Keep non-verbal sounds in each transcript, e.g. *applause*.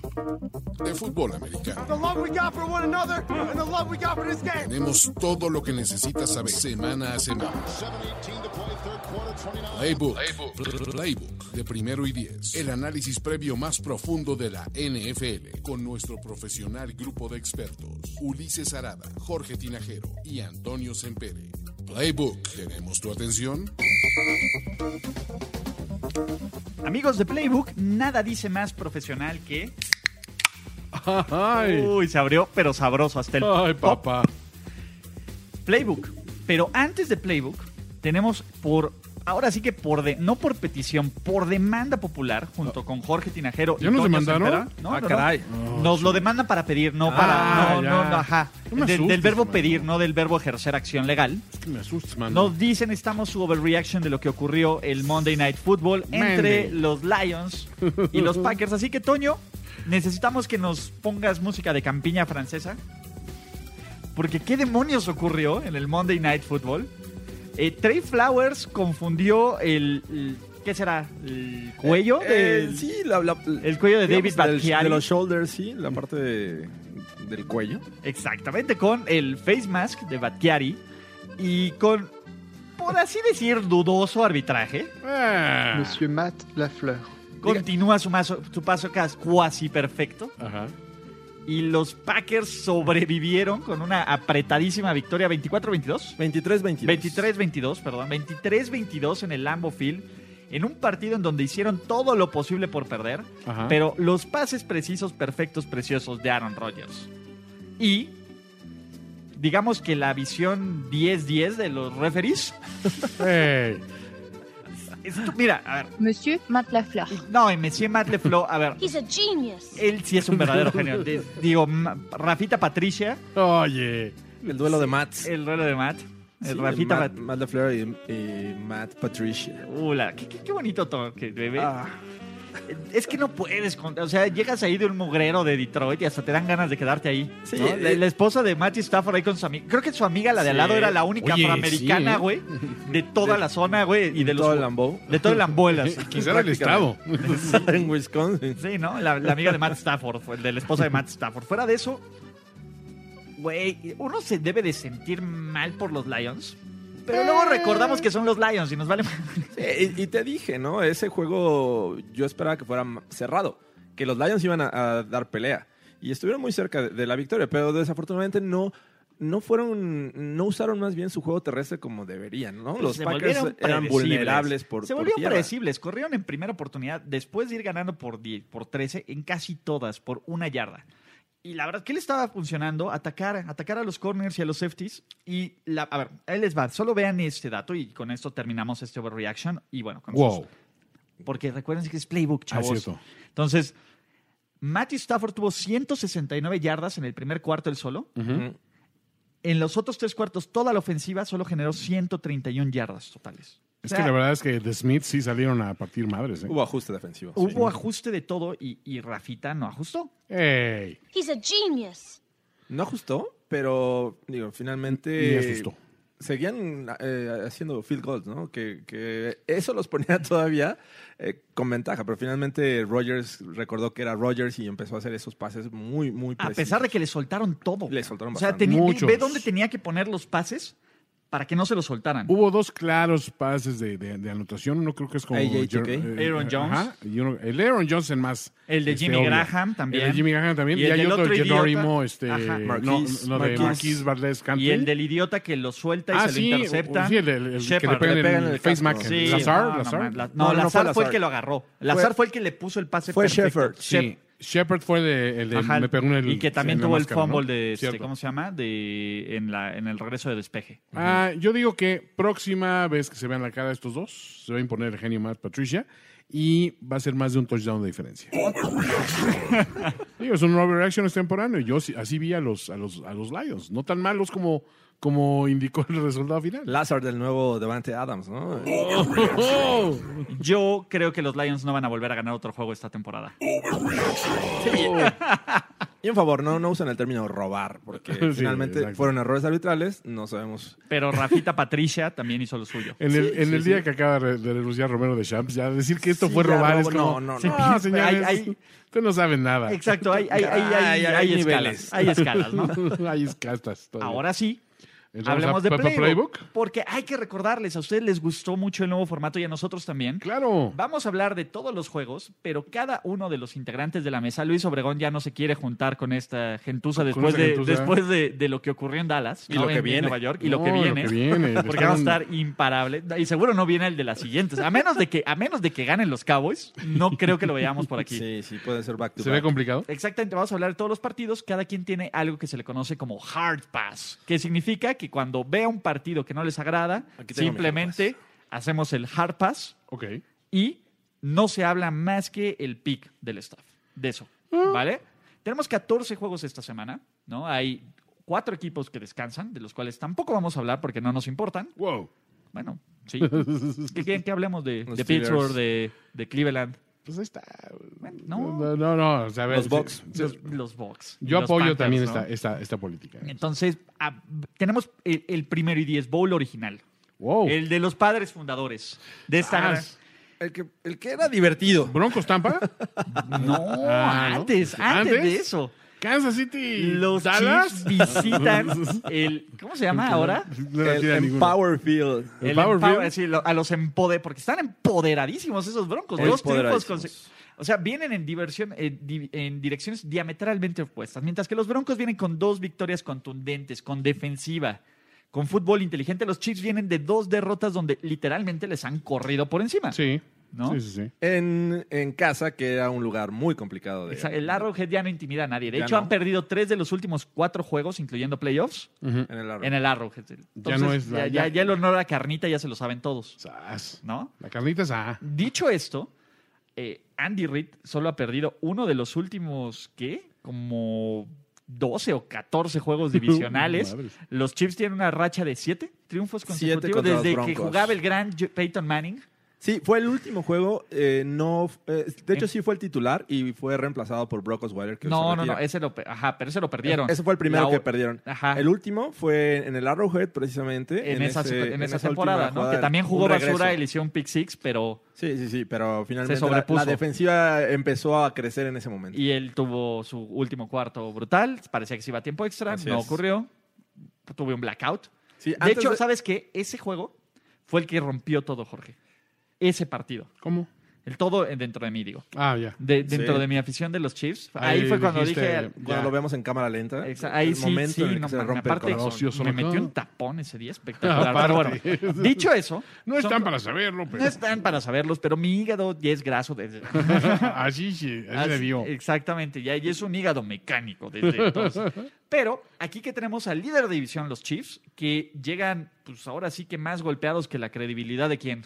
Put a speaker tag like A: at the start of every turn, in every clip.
A: de fútbol americano.
B: The love we got for one another and the love we got for this game.
A: Tenemos todo lo que necesitas saber semana a semana. Playbook, Playbook, Playbook de primero y diez. El análisis previo más profundo de la NFL con nuestro profesional grupo de expertos. Ulises Arada, Jorge Tinajero y Antonio Sempere. Playbook, ¿tenemos tu atención?
C: Amigos de Playbook, nada dice más profesional que.
D: Ay,
C: Uy, se abrió, pero sabroso hasta el.
D: ay,
C: top.
D: papá.
C: Playbook. Pero antes de Playbook, tenemos por. Ahora sí que por de, no por petición, por demanda popular, junto con Jorge Tinajero. y
D: ¿Ya nos
C: Toño
D: demandaron?
C: Sempera. No,
D: Ah,
C: no, no.
D: caray.
C: Nos lo demandan para pedir, no
D: Ah,
C: para. No,
D: ya.
C: no, no, ajá.
D: No me
C: Del- del
D: asustes,
C: verbo
D: mano.
C: pedir, no del verbo ejercer acción legal.
D: Es que me asustas, man.
C: Nos dicen, estamos su overreaction de lo que ocurrió el Monday Night Football entre
D: Mandy.
C: los Lions y los Packers. Así que, Toño, necesitamos que nos pongas música de campiña francesa. Porque, ¿qué demonios ocurrió en el Monday Night Football? Eh, Trey Flowers confundió el, el- ¿Qué será? ¿El cuello?
D: Eh,
C: del-
D: sí, la, la-
C: el cuello de David
D: digamos, del-
C: Battiari.
D: De los shoulders, sí, la parte de- del cuello.
C: Exactamente, con el face mask de Batchiari y con, por así decir, dudoso arbitraje.
D: Ah.
E: Monsieur Matt Lafleur.
C: Continúa su, mazo- su paso cas- cuasi perfecto.
D: Ajá.
C: Y los Packers sobrevivieron con una apretadísima victoria 24-22.
D: 23-22.
C: 23-22, perdón. 23-22 en el Lambo Field. En un partido en donde hicieron todo lo posible por perder.
D: Ajá.
C: Pero los pases precisos, perfectos, preciosos de Aaron Rodgers. Y. Digamos que la visión 10-10 de los referees. *laughs*
D: Ey.
C: Esto- mira, a ver.
F: Monsieur Matt Lafleur.
C: No, en Messi Matt Leflo, a ver.
F: He's a genius.
C: Él sí es un verdadero genio. De- digo, Ma- Rafita Patricia,
D: Oye.
G: El duelo de Mats.
C: el duelo de Matt. El
D: Sí,
C: Rafita
D: Matt,
C: Pat-
G: Matt LaFleur y, y Matt Patricia.
C: Uh, la- qué, qué- qué bonito toque, bebé.
D: *laughs* Ah,
C: Es que no puedes con- O sea, llegas ahí de un mugrero de Detroit y hasta te dan ganas de quedarte ahí.
G: Sí,
C: ¿no? la,
G: eh,
C: la esposa de Matty Stafford ahí con su amiga. Creo que su amiga, la de al
D: Sí.
C: lado, era la única
D: Oye,
C: afroamericana,
D: sí, ¿eh?
C: güey. De toda la zona, güey. Y de los.
G: Todo Lambeau.
C: de todo el Ambuelas.
D: *laughs* quizá era el Estado.
G: en Wisconsin.
C: Sí, ¿no? La, la amiga de Matt Stafford, fue- de la esposa de Matt Stafford. Fuera de eso, güey, uno se debe de sentir mal por los Lions. Pero luego recordamos que son los Lions y nos vale más.
G: Sí, Eh, y, y te dije, ¿no? Ese juego yo esperaba que fuera m- cerrado, que los Lions iban a, a dar pelea. Y estuvieron muy cerca de, de la victoria, pero desafortunadamente no, no fueron, no usaron más bien su juego terrestre como deberían, ¿no?
C: Pues
G: Los
C: Se
G: Packers
C: volvieron
G: eran
C: predecibles.
G: vulnerables por
C: Se
G: por
C: volvieron
G: tierra.
C: predecibles. Corrieron en primera oportunidad después de ir ganando por 10, por 13, en casi todas, por una yarda. Y la verdad, ¿qué le estaba funcionando? Atacar, atacar a los corners y a los safeties. Y, la, a ver, ahí les va. Solo vean este dato y con esto terminamos este overreaction. Y bueno, con sus-
D: *laughs* Wow.
C: Porque recuerden que es playbook,
D: Ah, es
C: chavos.
D: cierto.
C: Entonces, Matthew Stafford tuvo 169 yardas en el primer cuarto él solo.
G: Ujú.
C: En los otros tres cuartos, toda la ofensiva solo generó 131 yardas totales. O
D: Es
C: sea,
D: que la verdad es que de Smith sí salieron a partir madres. ¿eh?
G: Hubo ajuste defensivo. sí.
C: Hubo ajuste de todo y, y Rafita no ajustó.
D: Ey.
F: He's a genius.
G: No ajustó, pero digo, finalmente.
D: Me asustó.
G: Seguían eh, haciendo field goals, ¿no? Que, que eso los ponía *laughs* todavía eh, con ventaja, pero finalmente Rogers recordó que era Rogers y empezó a hacer esos pases muy, muy
C: A
D: Pues
G: precisos.
C: pesar de que le soltaron todo.
G: Le soltaron
C: O sea,
G: bastante.
C: teni-
D: Muchos.
C: ve dónde tenía que poner los pases para que no se los soltaran.
D: Hubo dos claros pases de, de- de anotación. Uno creo que es como
G: AJ,
D: Jer-
G: TK.
D: eh,
C: Aaron Jones.
D: ajá, y uno- el Aaron Jones el más. este,
C: El de Jimmy
D: obvio.
C: Graham también.
D: El de Jimmy Graham también.
C: Y
D: Y,
C: el
D: hay
C: del
D: otro,
C: otro idiota.
D: Jerónimo, este.
C: Ajá.
D: no,
G: Marquise-
D: no, de
G: Marquise-
D: Marquise Barles Cantley.
C: Y el del idiota que lo suelta y
D: Ah,
C: se
D: sí,
C: lo intercepta.
D: sí, el, del- el que
C: Shepard.
D: le pegan
G: Le pegan
D: el,
G: el
D: face
G: casco.
D: mask.
C: Sí,
D: Lazar,
C: no, no,
D: Lazar.
C: No, no,
G: No, no, no,
C: Lazar
G: fue
C: fue el
G: Lazar.
C: que lo agarró. Lazar fue,
G: Fue-
C: el que le puso el pase
G: fue
C: perfecto.
G: Shepard,
D: Sí, Shepard fue de- el de
C: Ajá,
D: me pegó en el
C: y que también
D: en la
C: tuvo el
D: máscara, ¿no?
C: fumble de este,
D: Cierto.
C: ¿cómo se llama? De en la en el regreso de despeje.
D: Ah, yo digo que próxima vez que se vean la cara de estos dos, se va a imponer el genio Matt Patricia y va a ser más de un touchdown
C: *laughs*
D: de diferencia. digo, es un overreaction extemporáneo. Yo sí- así vi a los, a los, a los Lions. No tan malos como como indicó el resultado final.
G: Lazard del nuevo Devante Adams, ¿no?
C: Yo creo que los Lions no van a volver a ganar otro juego esta temporada.
G: Y un favor, no, no usen el término robar,
D: *laughs*
G: porque
D: Sí,
G: finalmente
D: exacto.
G: fueron errores arbitrales, no sabemos.
C: Pero
D: *laughs*
C: Rafita Patricia también hizo lo suyo.
D: En el, en el día que acaba de de renunciar Romero de Champs, ya decir que esto
G: Sí,
D: fue
G: ya
D: robar es
G: robo-
D: como,
G: no, no,
C: Sí,
D: "Ah,
C: hay-
D: señores,
C: hay-
D: ustedes no saben nada. *laughs*
C: Exacto, hay, hay, hay, hay,
G: Ay, hay
C: hay
G: niveles.
C: escalas. Hay escalas, ¿no?
D: Ahí escastas. todavía.
C: Ahora sí,
D: Entramos
C: hablemos
D: a
C: de
D: Peppa
C: playbook, Porque hay que recordarles, a ustedes les gustó mucho el nuevo formato y a nosotros también.
D: Claro.
C: Vamos a hablar de todos los juegos, pero cada uno de los integrantes de la mesa, Luis Obregón ya no se quiere juntar con esta gentuza después,
D: esta
C: de,
D: gentuza.
C: después de, de lo que ocurrió en Dallas
G: Y
C: ¿no?
G: lo que
C: en, en
G: viene.
C: Nueva York y lo
D: No,
C: que
D: lo
C: viene.
D: que viene.
C: *laughs* Porque va a
D: Están-
C: estar imparable. Y seguro no viene el de las siguientes. A menos de que, a menos de que ganen los Cowboys, no creo que lo veamos por aquí.
G: Sí, sí, puede ser back to
D: ¿Se ve
G: back.
D: complicado?
C: Exactamente, vamos a hablar de todos los partidos. Cada quien tiene algo que se le conoce como hard pass, que significa que cuando vea un partido que no les agrada,
G: Aquí tengo mi
C: simplemente hacemos el hard pass
D: Ok.
C: y no se habla más que el pick del staff. De eso,
D: Mm.
C: ¿vale? Tenemos 14 juegos esta semana, ¿no? Hay cuatro equipos que descansan, de los cuales tampoco vamos a hablar porque no nos importan.
D: Wow.
C: Bueno, sí.
D: *laughs*
C: ¿Qué quieren que hablemos de,
G: Los
C: de
G: Steelers.
C: Pittsburgh, de, de Cleveland?
D: Pues ahí está.
C: no.
D: no, no. no, o sea, a ver,
G: Los
D: sí,
G: Bucks.
D: sí,
C: Los, los Bucks.
D: Yo
C: los
D: apoyo
C: Panthers,
D: también
C: ¿no?
D: esta, esta, esta política.
C: Entonces, ah, tenemos el, el primero y diez bowl original.
D: Wow.
C: El de los padres fundadores de esta
D: Oh. Ah,
C: gran-
G: El que, el que era divertido.
D: Broncos
C: *laughs*
D: Tampa,
C: No,
D: Ah, ¿no?
C: antes, antes,
D: ¿Antes?
C: de eso.
D: Kansas City,
C: Los
D: Dallas.
C: Chiefs visitan el. ¿Cómo se llama ahora?
D: No la
G: El
D: tira ninguno.
G: Empower Field.
D: El
C: El
D: Power
C: empower-
D: Field.
C: sí, lo- a los empoder, porque están empoderadísimos esos broncos. Dos triunfos
G: Empoderadísimos.
C: conse- O sea, vienen en, diversión, eh, di- en direcciones diametralmente opuestas. Mientras que los broncos vienen con dos victorias contundentes, con defensiva, con fútbol inteligente. Los Chiefs vienen de dos derrotas donde literalmente les han corrido por encima.
D: Sí.
C: ¿No?
D: Sí, sí, sí.
G: En, en casa, que era un lugar muy complicado de...
C: O sea, El Arrowhead ya no intimida a nadie. De
G: Ya
C: hecho,
G: no.
C: han perdido tres de los últimos cuatro juegos, incluyendo playoffs,
G: En el Arrowhead.
C: en el Arrowhead.
D: no
C: Entonces,
D: es la-
C: ya, ya-
D: ya-
C: ya el honor a la carnita ya se lo saben todos,
D: Sas.
C: ¿no?
D: La carnita es A.
C: Dicho esto, eh, Andy Reid solo ha perdido uno de los últimos, ¿qué? Como 12 o 14
D: *laughs*
C: juegos divisionales.
D: Madres.
C: los Chiefs tienen una racha de 7 triunfos
G: Siete
C: consecutivos
G: contra los
C: desde que
G: Broncos.
C: jugaba el gran Jo- Peyton Manning.
G: Sí, fue el último juego. eh, no, eh, de hecho, sí fue el titular y fue reemplazado por Brock Osweiler. Que
C: No, no,
G: se retira.
C: no, ese lo, pe- ajá, pero ese lo perdieron.
G: Ese fue el primero
C: La o-
G: que perdieron.
C: Ajá.
G: El último fue en el Arrowhead, precisamente.
C: en, esa,
G: ese-
C: en esa
G: esa
C: temporada,
G: última
C: ¿no?
G: jugada,
C: Que también
G: un
C: jugó
G: regreso.
C: basura y le hicieron pick six, pero
G: Sí, sí, sí, pero finalmente
C: Se
G: la- la,
C: sobrepuso.
G: defensiva empezó a crecer en ese momento.
C: y él tuvo su último cuarto brutal. Parecía que se iba a tiempo extra,
G: Así
C: no
G: es.
C: ocurrió. Tuve un blackout.
G: Sí,
C: de
G: antes
C: hecho,
G: de-
C: ¿sabes qué? Ese juego fue el que rompió todo, Jorge. Ese partido.
D: ¿Cómo?
C: El todo dentro de mí, digo.
D: Ah, ya.
C: De- dentro
G: Sí.
C: de mi afición de los Chiefs.
D: Ahí
C: Ahí, fue cuando
D: dijiste-
C: dije.
G: cuando
D: ya.
G: lo vemos en cámara lenta,
C: Exa- Ahí
G: el
C: sí,
G: momento
C: sí,
G: en el que
C: no,
G: se
C: man,
G: rompe el
C: aparte,
G: corazón.
D: corazón.
C: me metió un tapón ese día espectacular.
G: Ah,
C: Pero
D: Aparte.
C: bueno, dicho
G: *laughs*
C: eso,
D: No están
C: son-
D: para saberlo, pero.
C: no están para saberlos, pero mi hígado ya es graso desde,
D: *laughs* así sí, así
C: Así- eh.
D: se vio.
C: Exactamente, ya, ya es un hígado mecánico desde entonces. Pero aquí que tenemos al líder de división, los Chiefs, que llegan, pues ahora sí que más golpeados que la credibilidad de quién.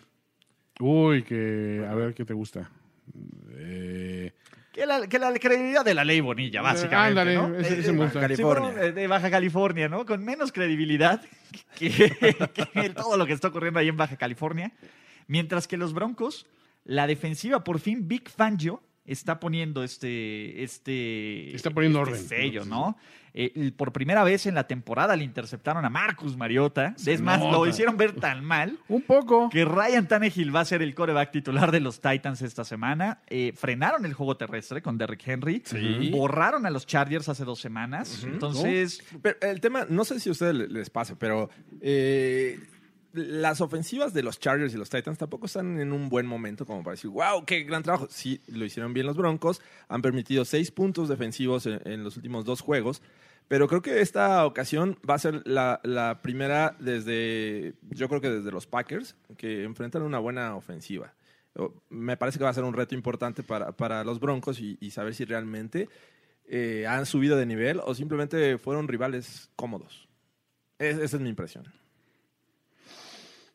D: Uy, que. A ver qué te gusta. Eh,
C: Que la, que la credibilidad de la ley Bonilla, básicamente.
D: ándale,
C: ¿no?
D: ese-
C: Eh,
D: ese me
C: Sí,
D: gusta.
G: California.
C: fueron, eh, de Baja California, ¿no? Con menos credibilidad *laughs* que, que todo lo que está ocurriendo ahí en Baja California. Mientras que los Broncos, la defensiva, por fin, Big Fangio está poniendo este. este
D: Está poniendo
C: este
D: orden.
C: sello, ¿no? Eh, y por primera vez en la temporada le interceptaron a Marcus Mariota. Es más, lo
D: nota.
C: hicieron ver tan mal
D: Un poco.
C: que Ryan Tannehill va a ser el coreback titular de los Titans esta semana. Eh, frenaron el juego terrestre con Derrick Henry. Borraron a los Chargers hace dos semanas. Entonces,
G: Pero el tema, no sé si a ustedes le- les pase, pero eh, las ofensivas de los Chargers y los Titans tampoco están en un buen momento como para decir, wow, qué gran trabajo. Sí, lo hicieron bien los Broncos, han permitido seis puntos defensivos en, en los últimos dos juegos, pero creo que esta ocasión va a ser la, la primera desde, yo creo que desde los Packers, que enfrentan una buena ofensiva. O- Me parece que va a ser un reto importante para, para los Broncos y- y saber si realmente eh, han subido de nivel o simplemente fueron rivales cómodos. Es- esa es mi impresión.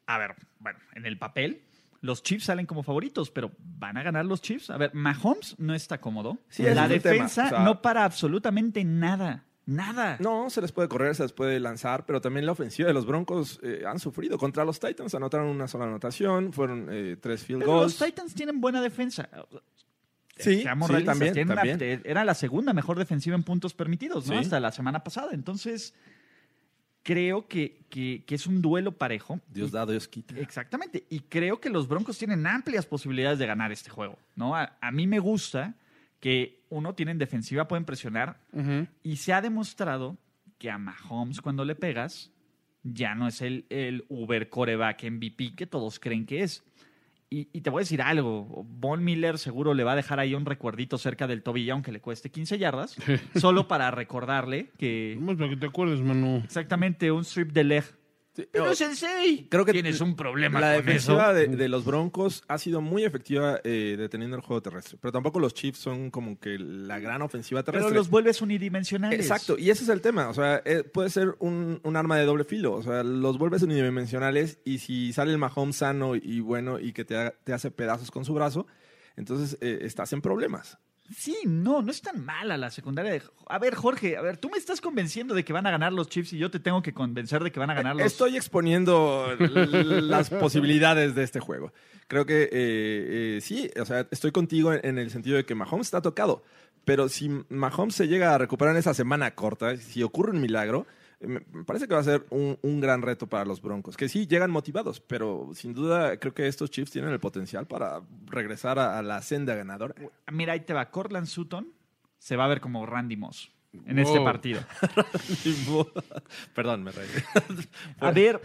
C: a ver, bueno, en el papel. Los Chiefs salen como favoritos, pero ¿van a ganar los Chiefs? A ver, Mahomes no está cómodo.
G: Sí, ese
C: la
G: es el tema.
C: defensa
G: O sea-
C: no para absolutamente nada. Nada.
G: No, se les puede correr, se les puede lanzar, pero también la ofensiva de los Broncos eh, han sufrido. Contra los Titans anotaron una sola anotación, fueron eh, tres field
C: Pero los
G: goals.
C: Titans tienen buena defensa.
G: sí,
C: Seamos
G: sí,
C: realistas,
G: también,
C: tienen una-
G: también.
C: te- era la segunda mejor defensiva en puntos permitidos, ¿no?
G: Sí.
C: Hasta la semana pasada. Entonces, creo que, que- que es un duelo parejo.
G: Dios da, Dios quita.
C: Eh, Exactamente. Y creo que los Broncos tienen amplias posibilidades de ganar este juego, ¿no? A, a mí me gusta que uno tienen defensiva, pueden presionar. Y se ha demostrado que a Mahomes, cuando le pegas, ya no es el, el Uber coreback MVP que todos creen que es. Y, y te voy a decir algo, Von Miller seguro le va a dejar ahí un recuerdito cerca del tobillo, aunque le cueste 15 yardas, *laughs* solo para recordarle que
D: Más para que te acuerdes,
C: *laughs*
D: Manu.
C: exactamente un strip de leg. Pero Sensei,
G: creo que
C: tienes un problema
G: La
C: con eso.
G: defensiva de, de los Broncos ha sido muy efectiva eh, deteniendo el juego terrestre, pero tampoco los Chiefs son como que la gran ofensiva terrestre.
C: Pero los vuelves unidimensionales.
G: Exacto, y ese es el tema. O sea, eh, puede ser un, un arma de doble filo. O sea, los vuelves unidimensionales y si sale el Mahomes sano y bueno y que te, ha- te hace pedazos con su brazo, entonces eh, estás en problemas.
C: Sí, no, no es tan mala la secundaria. De... A ver, Jorge, a ver, tú me estás convenciendo de que van a ganar los Chiefs y yo te tengo que convencer de que van a ganar los.
G: Eh, Estoy exponiendo l- las posibilidades de este juego. Creo que eh, eh, sí, o sea, estoy contigo en, en el sentido de que Mahomes está tocado, pero si Mahomes se llega a recuperar en esa semana corta, si ocurre un milagro, eh, me me parece que va a ser un, un gran reto para los Broncos, que sí llegan motivados, pero sin duda creo que estos Chiefs tienen el potencial para regresar a, a la senda ganadora.
C: Mira, ahí te va. Cortland Sutton se va a ver como Randy Moss en este
D: Wow.
G: *laughs*
C: partido.
G: Perdón, me reí.
C: A ver,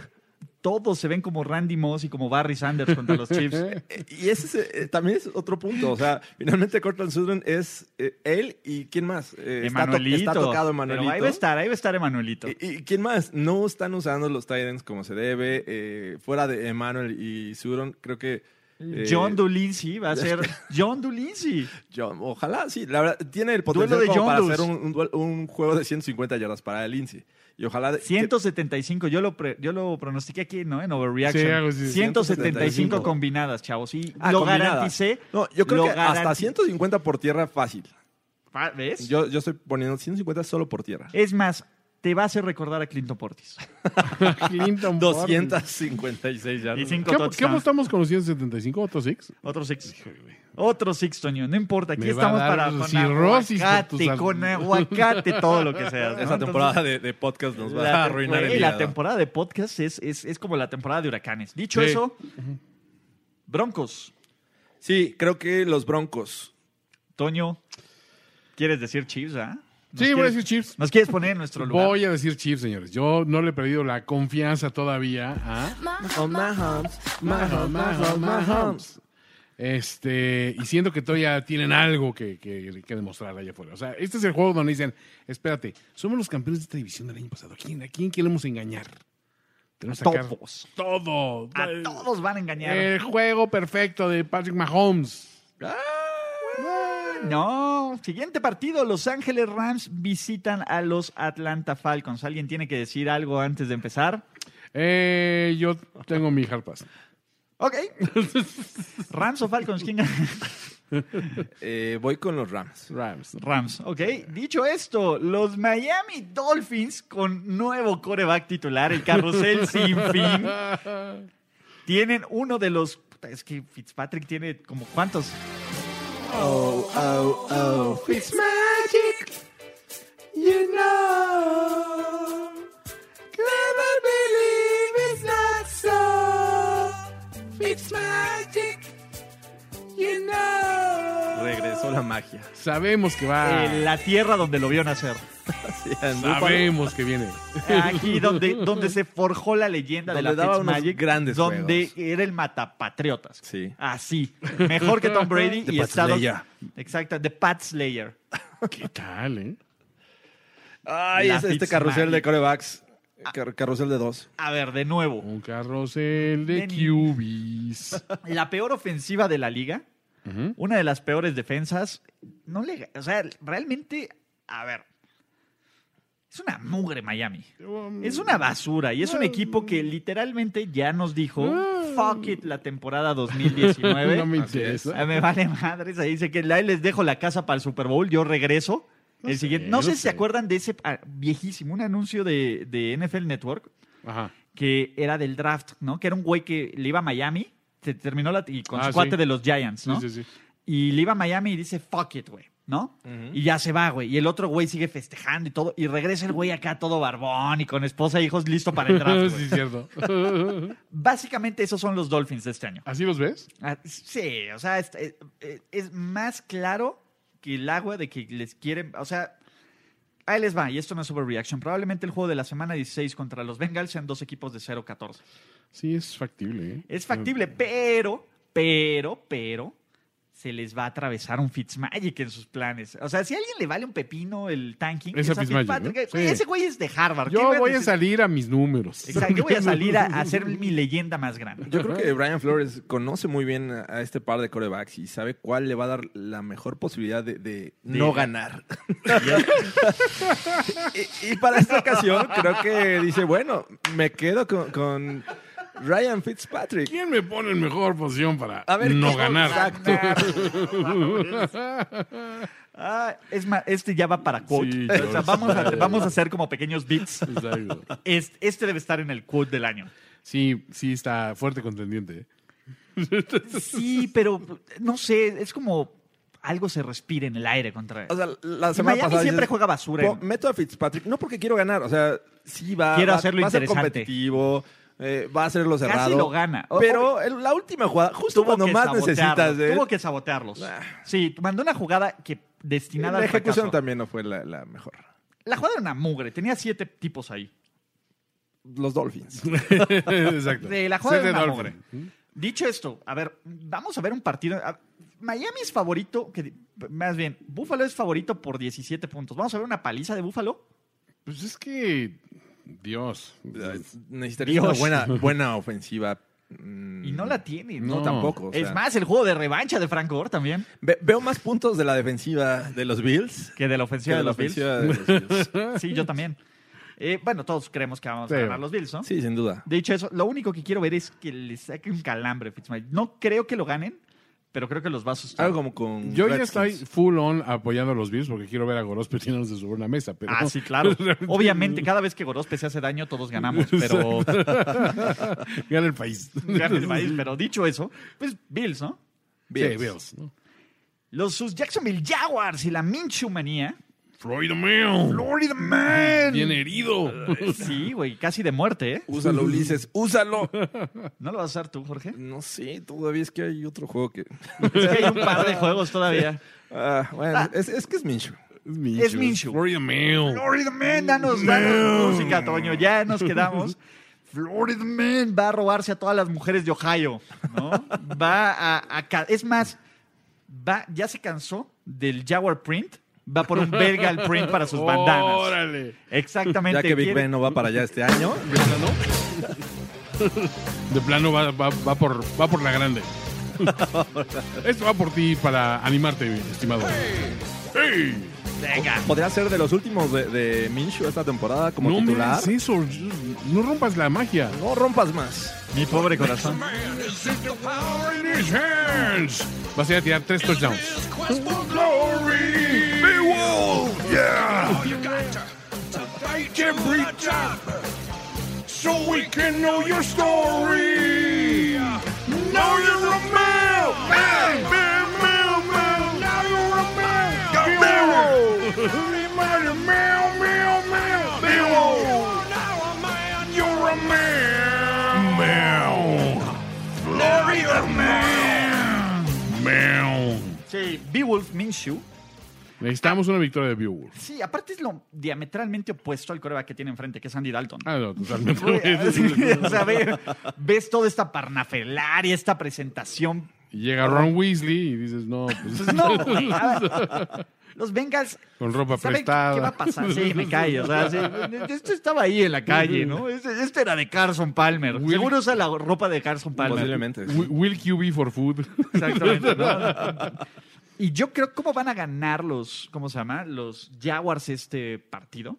C: todos se ven como Randy Moss y como Barry Sanders contra los
G: *laughs*
C: Chiefs.
G: Eh, Y ese es, eh, también es otro punto. O sea, finalmente Cortland Sutton es eh, él y ¿quién más? Eh, está to-
C: Emanuelito.
G: Está, tocado Emanuelito. Eh,
C: Pero ahí va a estar, ahí va a estar Emanuelito.
G: ¿Y, y quién más? No están usando los Titans como se debe. eh, fuera de Emanuel y Sutton, creo que... eh,
C: John Dulincy va a ser
G: *laughs*
C: John Dulincy.
G: John- ojalá, sí. La verdad, tiene el
C: Duelo
G: potencial
C: de
G: como
C: John
G: para
C: Lewis.
G: hacer un, un duel- un juego de 150 yardas para Lindsay. Y ojalá... de-
C: 175, yo lo, pre- yo lo pronostiqué aquí, ¿no? En Overreaction.
D: Sí, algo así.
C: 175 combinadas, chavos. Y
G: Ah,
C: lo
G: combinada.
C: garanticé.
G: No, yo creo
C: lo
G: que hasta
C: garanti-
G: 150 por tierra fácil.
D: Ah,
C: Pa- ¿Ves?
G: Yo, yo estoy poniendo 150 solo por tierra.
C: Es más, te va a hacer recordar a Clinton Portis.
D: Clinton
G: 256 yardas.
C: Y cinco
D: ¿Qué,
C: touchdowns.
D: ¿Qué apostamos con los 175 otros six?
C: Otro six. Otro six, Toño. No importa. Aquí
D: Me va
C: estamos
D: a dar
C: para con
D: cirrosis por tus
C: aguacate,
D: al-
C: con
D: *laughs*
C: aguacate, todo lo que sea.
G: Esa temporada de, de podcast nos va a arruinar el
C: la
G: hígado.
C: temporada de podcast es, es, es como la temporada de huracanes. Dicho
D: Sí.
C: eso, Broncos.
G: Sí, creo que los Broncos.
C: Toño, ¿quieres decir Chiefs, ah? Nos
D: Sí, voy a
C: quieres-
D: decir Chiefs.
C: ¿Nos quieres poner en nuestro lugar?
D: Voy a decir Chiefs, señores. Yo no le he perdido la confianza todavía a Mahomes, Mahomes, Mahomes. Este, y siento que todavía tienen algo que, que, que demostrar allá afuera. O sea, este es el juego donde dicen, espérate, somos los campeones de esta división del año pasado. ¿A quién, a quién queremos engañar? Tenemos que sacar
C: Todos.
D: todo. Eh,
C: A todos van a engañar.
D: El juego perfecto de Patrick Mahomes.
C: No. Siguiente partido. Los Ángeles Rams visitan a los Atlanta Falcons. ¿Alguien tiene que decir algo antes de empezar?
D: Eh, yo tengo mi hard pass.
C: Ok.
D: *laughs*
C: Rams o Falcons, ¿quién gana?
G: Eh, voy con los Rams.
D: Rams. *laughs*
C: Rams, ok. Dicho esto, los Miami Dolphins con nuevo coreback titular, el
D: *laughs*
C: carrusel sin fin, tienen uno de los... puta, Es que Fitzpatrick tiene como cuántos...
G: Regresó la magia.
D: Sabemos que va.
C: en la tierra donde lo vio
G: *laughs*
C: nacer.
G: Sí, anduvo
D: Sabemos que viene.
C: Aquí donde, donde se forjó la leyenda de
G: Donde
C: la
G: daba unos
C: Fitzmagic,
G: grandes
C: donde
G: juegos.
C: era el matapatriotas.
G: Sí.
C: Así. Mejor que Tom
G: *laughs*
C: Brady
G: The
C: y
G: Pat
C: Estados
G: Slayer.
C: Exacto, The Pat Slayer.
D: ¿Qué tal, eh?
G: Ay,
C: La
G: es este
C: Fitzmagic.
G: carrusel de corebacks. Car- carrusel de dos.
C: A ver, de nuevo.
D: Un carrusel de
C: Lenny.
D: QBs.
C: La peor ofensiva de la liga, una de las peores defensas. No le, o sea, realmente, a ver. Es una mugre Miami. Es una basura y es un equipo que literalmente ya nos dijo fuck it la temporada 2019.
D: *laughs* No me
G: Así es.
D: interesa.
C: Ah, Me vale madres. Ahí dice que ahí les dejo la casa para el Super Bowl. Yo regreso El siguiente.
D: sé,
C: No sé
D: no
C: si
D: sé.
C: se acuerdan de ese ah, viejísimo, un anuncio de, de NFL Network
D: Ajá.
C: que era del draft, ¿no? Que era un güey que le iba a Miami, se terminó la, y con
D: Ah,
C: su
D: sí.
C: cuate de los Giants,
D: Sí,
C: ¿no? *laughs*
D: sí, sí.
C: Y le iba a Miami y dice, fuck it, güey, ¿no? Y ya se va, güey. Y el otro güey sigue festejando y todo. Y regresa el güey acá todo barbón y con esposa e hijos listo para el
D: *laughs*
C: draft.
D: sí,
C: güey. *laughs*
D: es cierto.
C: Básicamente esos son los Dolphins de este año.
D: ¿Así los ves?
C: Ah, sí, o sea, es, es- es más claro que el agua de que les quieren. O sea, ahí les va, y esto no es overreaction. Probablemente el juego de la semana 16 contra los Bengals sean dos equipos de 0-14.
D: Sí, es factible. ¿eh?
C: Es factible, pero, pero, pero. Se les va a atravesar un Fitzmagic en sus planes. O sea, si a alguien le vale un pepino el tanking,
D: Es a
C: es a
D: Fitzmagic,
C: Fitzpatrick.
D: ¿no?
C: Güey,
D: Sí.
C: Ese güey es de Harvard. ¿Qué
D: Yo voy a
C: decir?
D: salir a mis números.
C: Exacto, yo voy a salir
D: *laughs*
C: a, a hacer mi leyenda más grande.
G: Yo creo que Brian Flores conoce muy bien a a este par de corebacks y sabe cuál le va a dar la mejor posibilidad de, de no ganar. *laughs* y, y para esta ocasión creo que dice, bueno, me quedo con, con Ryan Fitzpatrick.
D: ¿Quién me pone en mejor posición para
G: A ver,
D: no
G: ¿qué-
D: ganar?
G: Exacto.
C: Ah, es más, este ya va para quote.
D: Sí,
C: *laughs* O sea,
D: ya
C: vamos, a, vamos a hacer como pequeños beats.
D: Exacto.
C: Es- Este debe estar en el quote del año.
D: Sí, sí, está fuerte contendiente.
C: *laughs*
D: ¿eh?
C: Sí, pero no sé, es como algo se respira en el aire contra.
G: O sea, la
C: Y
G: semana
C: Miami
G: pasada
C: siempre
G: dices,
C: juega basura.
G: "Po- Meto a Fitzpatrick, no porque quiero ganar, o sea, sí va,
C: Quiero
G: va-
C: hacerlo
G: va a ser
C: interesante.
G: competitivo, eh, va a hacerlo cerrado.
C: lo gana. O-
G: Pero el- la última jugada, justo
C: Tuvo
G: cuando
C: que
G: más
C: sabotearlos,
G: necesitas de él,
C: Tuvo que sabotearlos.
G: Ah.
C: Sí, mandó una jugada que destinada
G: la
C: al
G: ejecución
C: fracaso.
G: también no fue la, la mejor.
C: La jugada era una mugre, tenía siete tipos ahí.
G: Los Dolphins.
D: Exacto.
C: De la jugada
D: Siete
C: de una
D: Dolphins.
C: Dicho esto, a ver, vamos a ver un partido. a- Miami es favorito, que, más bien, Buffalo es favorito por 17 puntos. Vamos a ver una paliza de Buffalo.
D: Pues es que. Dios.
G: Necesitaría una
C: Dios.
G: buena, buena ofensiva. Mm,
C: Y no la tiene.
G: No,
D: No.
G: tampoco. o sea,
C: Es más, el juego de revancha de Frank Gore también
G: ve- veo más puntos de la defensiva de los Bills
C: que de la
G: que
C: ofensiva
G: de la
C: los Bills.
G: ofensiva de los Bills.
C: Sí, yo también. Eh, bueno, todos creemos que vamos
D: Sí.
C: a ganar los Bills, ¿no?
G: Sí, sin duda.
C: Dicho eso, lo único que quiero ver es que le saque un calambre a Fitzmagic. No creo que lo ganen, pero creo que los va a asustar.
G: Algo como con.
D: Yo ya
G: Redskins.
D: estoy full on apoyando a los Bills porque quiero ver a Gorospe tirándose sobre una mesa. Pero
C: Ah, sí, claro. Obviamente, cada vez que Gorospe se hace daño, todos ganamos, pero...
D: Gana el país.
C: gana el país. Pero dicho eso, pues Bills, ¿no?
D: Sí,
G: Bills.
D: Bills. ¿no?
C: Los sus Jacksonville Jaguars y la Minshew manía.
D: Floyd mío.
C: Florida Man.
D: Bien herido.
C: *laughs* Sí, güey, casi de muerte, ¿eh?
G: Úsalo, Ulises, úsalo.
C: ¿No lo vas a usar tú, Jorge?
G: *laughs* No sé, todavía es que hay otro juego que.
C: Es que hay un par de juegos todavía.
G: Ah, bueno, es, es que es Minshew.
D: Es Minshew.
C: Es Minshew.
D: Florida mío.
C: Florida Man, danos, danos música, Toño, ya nos
D: *laughs*
C: quedamos. Florida Man va a robarse a todas las mujeres de Ohio, ¿no? Va a... a ca- es más, va, ya se cansó del Jaguar Print, va por un belga al print para sus bandanas.
D: Órale.
C: Exactamente.
G: Ya que Big
C: quiere-
G: Ben no va para allá
C: *laughs*
G: este año.
D: De plano va, va, va por, va por
C: *laughs*
D: la grande. Esto va por ti para animarte, estimado. ¡Ey!
C: Venga.
G: Podría ser de los últimos de, de Minshew esta temporada como
D: no me
G: titular.
D: hagas eso. No rompas la magia.
G: No rompas más.
C: Mi pobre corazón.
D: Vas a ir a tirar tres touchdowns. Oh, Meow.
C: Sí, Beowulf Minshew.
D: Necesitamos una victoria de Beowulf.
C: Sí, aparte es lo diametralmente opuesto al coreback que tiene enfrente, que es Andy Dalton. *laughs*
D: Ah, *laughs* no, totalmente.
C: o sea, ve- ves toda esta parnafelaria, esta presentación.
D: Y Llega Ron Weasley y dices, no, pues
C: Pues no, güey. a ver, Los Bengals.
D: con ropa
C: ¿Saben qué, qué va a
D: prestada.
C: pasar? Sí, me callo. O sea, sí, este estaba ahí en la calle, ¿no? Este, este era de Carson Palmer.
D: Will-
C: Seguro usa la ropa de Carson Palmer.
G: Posiblemente.
D: Wi- *laughs* Will QB for food.
C: Exactamente, ¿no? Y yo creo cómo van a ganar los, ¿cómo se llama? Los Jaguars este partido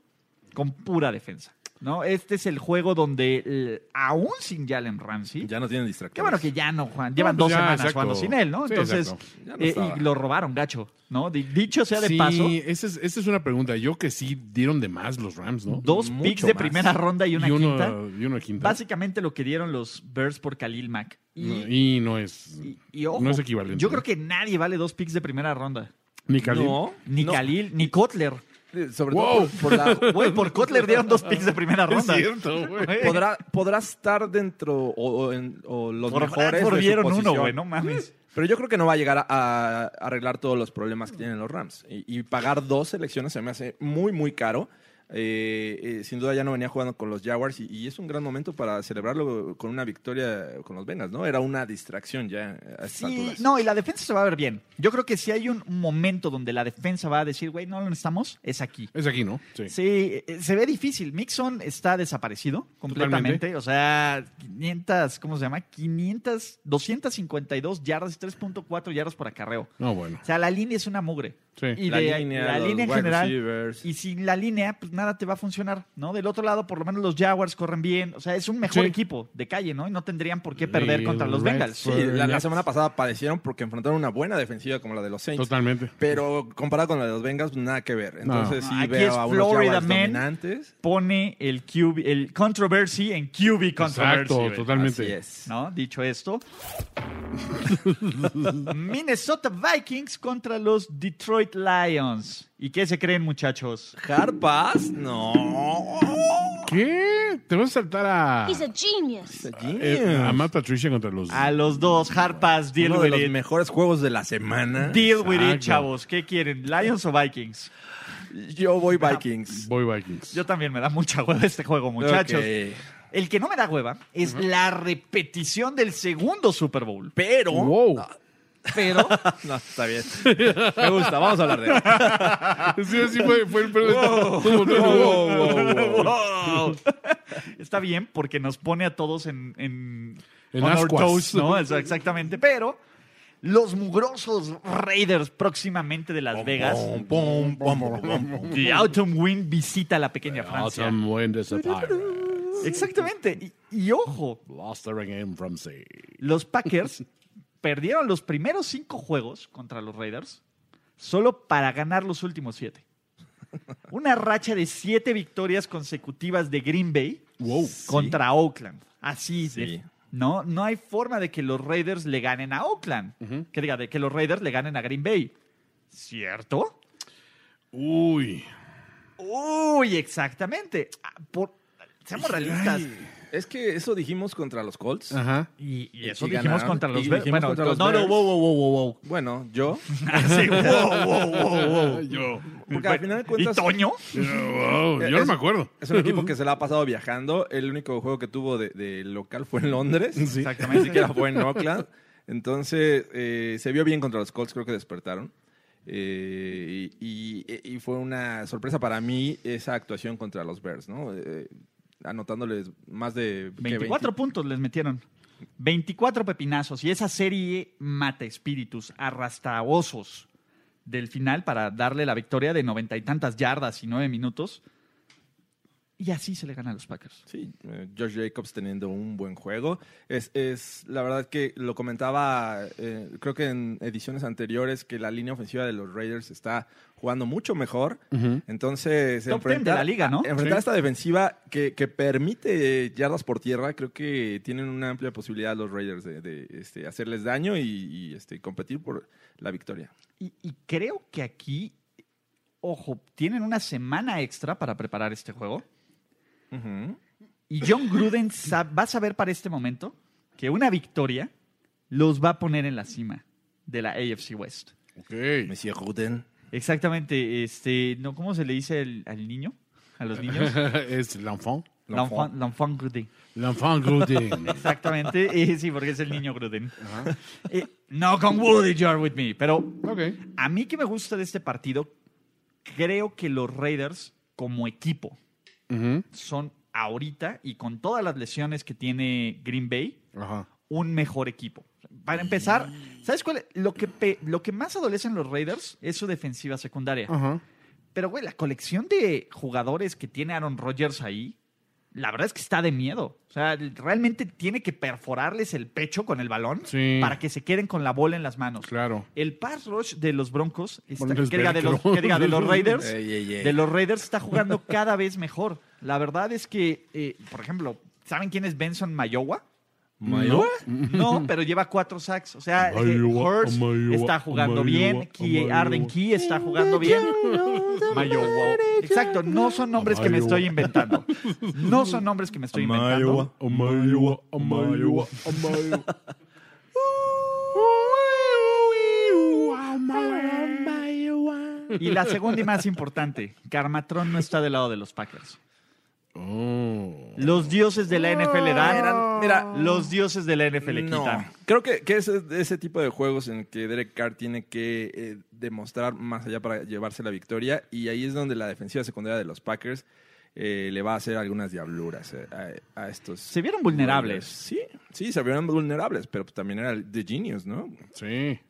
C: con pura defensa. ¿no? Este es el juego donde, eh, aún sin Jalen Ramsey,
G: Ya no tienen
C: Qué
G: distractores.
C: bueno que ya no, Juan. Llevan
D: No,
C: dos
D: pues ya,
C: semanas
D: exacto.
C: jugando sin él, ¿no?
D: Sí,
C: Entonces,
D: exacto.
G: Ya no
C: eh,
G: estaba.
C: y lo robaron gacho, ¿no? Di- Dicho sea de
D: sí,
C: paso,
D: Esa es, esa es una pregunta. Yo que sí dieron de más los Rams, ¿no?
C: dos
G: Mucho
C: picks de
G: más.
C: primera ronda y una
D: uno,
C: quinta.
D: y una quinta.
C: Básicamente lo que dieron los Bears por Khalil Mack. Y,
D: No, y no es.
C: y- y ojo,
D: Mm. no es equivalente.
C: Yo creo que nadie vale dos picks de primera ronda.
D: Ni Khalil.
G: No,
C: Ni
G: no.
C: Khalil, ni Kotler.
G: Eh, Sobre
D: Wow.
G: todo por, por la-
C: Güey, *laughs*
G: *laughs*
C: por Kotler dieron dos picks de primera
D: Es
C: ronda.
D: cierto,
C: *laughs*
D: güey.
C: Güey,
G: podrá, podrá estar dentro o, o en- o los
C: por
G: mejores
C: Bradford
G: de su
C: dieron uno,
G: posición.
C: güey, no mames.
G: Pero yo creo que no va a llegar a, a arreglar todos los problemas que tienen los Rams. Y, y pagar dos selecciones se me hace muy, muy caro. Eh, eh, sin duda ya no venía jugando con los Jaguars y, y es un gran momento para celebrarlo con una victoria con los Bengals, ¿no? Era una distracción ya a estas
C: Sí,
G: alturas.
C: no, y la defensa se va a ver bien. Yo creo que si hay un momento donde la defensa va a decir, güey, no lo necesitamos, es aquí.
D: Es aquí, ¿no? Sí.
C: Sí, eh, se ve difícil. Mixon está desaparecido completamente. O sea, 500, ¿cómo se llama? 500, 252 yardas y 3.4 yardas por acarreo.
D: No, bueno.
C: O sea, la línea es una mugre.
D: Sí.
C: Y
G: La
C: de-
G: línea,
C: la
G: los
C: línea en
G: wide
C: general.
G: receivers.
C: Y sin la línea, pues nada te va a funcionar, ¿no? Del otro lado, por lo menos los Jaguars corren bien. O sea, es un mejor
D: Sí.
C: equipo de calle, ¿no? Y no tendrían por qué perder contra los
D: Red
C: Bengals.
G: Sí, la, la
D: Yes.
G: semana pasada padecieron porque enfrentaron una buena defensiva como la de los Saints.
D: Totalmente.
G: Pero comparado con la de los Bengals, pues, nada que ver. Entonces
C: No.
G: sí
C: Aquí
G: veo
C: es
G: a unos
C: Florida
G: Jaguars
C: Man.
G: dominantes.
C: Pone el QB, el controversy en QB controversy.
D: Exacto,
C: güey.
D: totalmente.
G: Así es.
C: ¿no? Dicho esto, *laughs* Minnesota Vikings contra los Detroit Lions. ¿Y qué se creen, muchachos?
G: Hard pass, no.
D: ¿Qué? ¿Te vas a saltar a,
F: He's a genius.
D: eh, a Matt Patricia contra los...
C: A los dos, Harpas, deal
G: Uno de
C: with
G: los
C: it.
G: mejores juegos de la semana.
C: Deal with it,
D: Exacto.
C: chavos. ¿Qué quieren, Lions o Vikings?
G: Yo voy Vikings.
D: Boy Vikings?
C: Yo también me da mucha hueva este juego, muchachos.
G: Ok.
C: El que no me da hueva es la repetición del segundo Super Bowl.
G: Pero.
D: Wow.
C: Pero
G: *laughs* No, está bien. Me gusta, vamos a hablar de él.
D: Sí, sí, fue, fue el perro. Tuvo- tuvo-
C: Wow. *laughs* Está bien porque nos pone a todos en, en,
D: En
C: on our
D: ascuas.
C: toes, ¿no? Eso, exactamente. Pero los mugrosos Raiders próximamente de Las Vegas.
G: Pum, pum, pum, pum, pum.
C: The Autumn Wind visita la pequeña Francia.
D: Autumn wind is a pirate. *laughs*
C: Exactamente. Y, y ojo,
D: Lost her again from sea.
C: los
G: *laughs*
C: Packers perdieron los primeros cinco juegos contra los Raiders solo para ganar los últimos siete. Una racha de siete victorias consecutivas de Green Bay
D: Wow.
C: contra Oakland. Así de-
G: Sí.
C: no, no hay forma de que los Raiders le ganen a Oakland. Que diga, de que los Raiders le ganen a Green Bay. ¿Cierto?
D: Uy.
C: Uy, exactamente. Ah, por- seamos realistas.
G: Es que eso dijimos contra los Colts.
D: Ajá.
C: Y, y eso
G: Y
C: dijimos
G: ganaron.
C: contra los
G: Y
C: Bears.
G: dijimos
C: Bueno,
G: contra los
C: no, no,
G: Bears.
C: wow, wow, wow, wow.
G: Bueno, yo.
C: *laughs* Así, wow, wow, wow, wow.
D: Yo.
G: Porque al final de
C: ¿Y
G: cuentas.
C: Toño?
D: *laughs* Wow, Yo no
G: Es-
D: me acuerdo.
G: Es un equipo que se la ha pasado viajando. El único juego que tuvo de, de local fue en Londres. Ni
C: Exactamente.
G: siquiera fue en Oakland. Entonces, eh, se vio bien contra los Colts, creo que despertaron. Eh, y, y- y fue una sorpresa para mí esa actuación contra los Bears, ¿no? Eh, anotándoles más de... ¿qué?
C: 24 puntos les metieron. 24 pepinazos. Y esa serie mata espíritus, arrastra osos del final para darle la victoria de noventa y tantas yardas y nueve minutos. Y así se le gana a los Packers.
G: Sí, eh, Josh Jacobs teniendo un buen juego. Es, es la verdad que lo comentaba, eh, creo que en ediciones anteriores, que la línea ofensiva de los Raiders está jugando mucho mejor. Entonces,
C: Top 10 de la liga, ¿no?
G: enfrentar a esta defensiva que, que permite yardas por tierra, creo que tienen una amplia posibilidad los Raiders de, de, este, hacerles daño y, y, este, competir por la victoria.
C: Y, y creo que aquí, ojo, tienen una semana extra para preparar este juego.
G: Ujú.
C: Y John Gruden sa- va a saber para este momento que una victoria los va a poner en la cima de la AFC West.
D: *laughs* Ok.
G: Monsieur Ruden.
C: Exactamente, este, no, ¿cómo se le dice al, al niño? A los
D: *laughs*
C: niños.
D: es l'enfant.
C: L'enfant l'enfant Gruden.
D: L'enfant Gruden.
C: Exactamente, *laughs* eh, sí, porque es el niño Gruden. Eh, no con Woody, you're with me. Pero
D: *laughs* ok.
C: a mí que me gusta de este partido, creo que los Raiders como equipo
D: Ujú.
C: son ahorita y con todas las lesiones que tiene Green Bay,
D: Ajá.
C: un mejor equipo. Para empezar, ¿sabes cuál? es? Lo que, pe- lo que más adolecen los Raiders es su defensiva
D: Ah.
C: secundaria.
D: Ajá.
C: Pero, güey, la colección de jugadores que tiene Aaron Rodgers ahí la verdad es que está de miedo. O sea, realmente tiene que perforarles el pecho con el balón
D: Sí.
C: para que se queden con la bola en las manos.
D: Claro.
C: El pass rush de los Broncos, está,
D: Broncos
C: que diga de los,
D: velcro.
C: que diga de
D: *laughs*
C: los Raiders,
G: Ey, ey, ey.
C: de los Raiders está jugando cada vez mejor. La verdad es que, eh, por ejemplo, ¿saben quién es Benson Mayowa?
G: Mayowa.
C: No, pero lleva cuatro sacks. O sea, eh,
D: Mayowa,
C: Hurst
D: Mayowa,
C: está jugando bien.
D: Mayowa,
C: Key-
D: Mayowa.
C: Arden Key está jugando bien. Mayowa. Exacto, no son nombres que me
D: Mayowa.
C: estoy inventando. No son nombres que me estoy inventando.
D: Amayua, Amayua, Amayua.
C: Y la segunda y más importante, Carmatrón no está del lado de los Packers.
D: *laughs* Oh.
C: Los dioses de la NFL dan,
G: Ah, Mira,
C: los dioses de la NFL quitan.
G: Creo que, que es ese tipo de juegos en el que Derek Carr tiene que eh, demostrar más allá para llevarse la victoria. Y ahí es donde la defensiva secundaria de los Packers eh, le va a hacer algunas diabluras eh, a, a estos.
C: Se vieron vulnerables.
G: Sí, sí, se vieron vulnerables, pero también era el The Genius, ¿no?
D: Sí.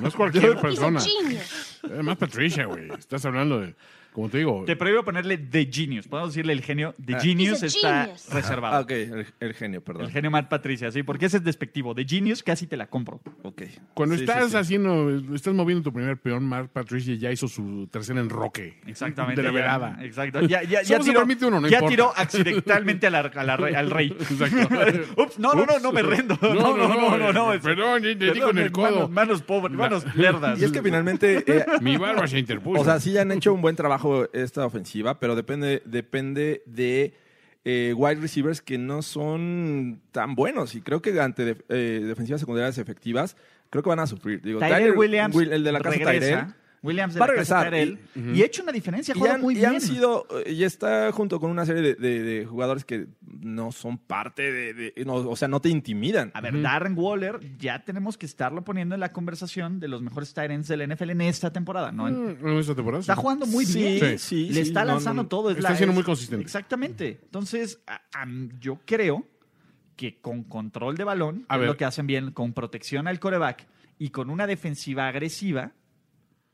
D: No es *laughs* cualquier
F: He's
D: persona.
F: a genius.
D: Además, Patricia, güey. Estás hablando de. Como te digo.
C: Te prohíbo ponerle The Genius. Podemos decirle el genio. The
G: Ah.
C: Genius
F: He's a
C: está
F: genius.
C: reservado.
G: Ah, ok, el, el genio, perdón.
C: El genio Matt Patricia, sí, porque ese es despectivo. The Genius casi te la compro.
G: Ok.
D: Cuando
G: Sí, sí,
D: estás
G: sí.
D: haciendo, estás moviendo tu primer peón, Mark Patricia ya hizo su tercer enroque.
C: Exactamente.
D: De la
C: ya,
D: velada.
C: Exacto. Ya, ya, ya
D: Solo se
C: tiró,
D: permite uno, no
C: ya
D: importa.
C: tiró accidentalmente a la- a la re- al rey.
D: Exacto.
C: *laughs* Ups, no, no, no, no me rendo. No, no, no, no, no. es-
D: eh, Perdón, le le di
C: perdón,
D: con el codo.
C: Manos, manos pobres, manos lerdas.
G: Y es que finalmente eh,
D: Mi barba se interpuso.
G: O sea, sí
C: *laughs*
G: han hecho un buen trabajo esta ofensiva, pero depende, depende de eh, wide receivers que no son tan buenos. Y creo que ante def- eh, defensivas secundarias efectivas, creo que van a sufrir. Digo,
C: Tyrell
G: Tyler
C: Williams,
G: Will- el de la casa
C: regresa.
G: Tyrell.
C: Williams de
G: Va
C: la
G: a
C: casa
G: regresar.
C: Tyrell. Y, ha hecho una diferencia,
G: Y
C: juega
G: han,
C: muy
G: y
C: bien.
G: han sido, eh, y está junto con una serie de, de- de jugadores que no son parte de, de- no, o sea, no te intimidan.
C: A ver, Darren Waller, ya tenemos que estarlo poniendo en la conversación de los mejores Tyrants del NFL en esta temporada, no en
D: Mm, en esta temporada. sí.
C: Está jugando muy
G: Sí,
C: bien.
D: sí,
G: sí,
C: Le está
G: no,
C: lanzando
G: no,
C: todo. es
D: está
C: la-
D: siendo
C: es-
D: muy consistente.
C: Exactamente. Entonces, a- a m- yo creo que con control de balón,
D: A
C: es
D: ver.
C: lo que hacen bien, con protección al coreback y con una defensiva agresiva,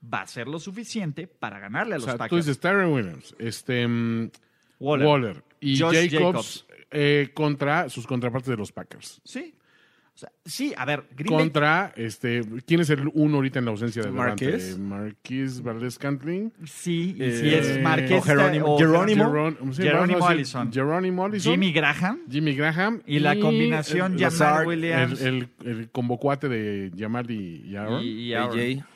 C: va a ser lo suficiente para ganarle a
D: O
C: los
D: sea, tú
C: Packers.
D: dices Tyron Williams, este, mm,
C: Waller.
D: Waller. y
C: Josh
D: Jacobs, eh, contra sus contrapartes de los Packers.
C: Sí. O sea, sí, a ver, Green Bay-
D: Contra, este, ¿quién es el uno ahorita en la ausencia de Devante?
G: Marqués.
D: Marqués Valdés Cantling.
C: Sí, y
G: Eh,
C: si es Márquez
G: o Jerónimo-
C: o
G: Jerónimo.
D: Jeron- sí,
C: Jerónimo
D: vamos a decir
C: Allison.
D: Jerónimo Allison.
C: Jimmy Graham
D: Jimmy Graham.
C: y la combinación
D: el-
C: Jamal
G: Lazard,
C: Williams
D: el, el, el combocuate de Jamal y, y Aaron.
C: y- y Aaron.
G: AJ.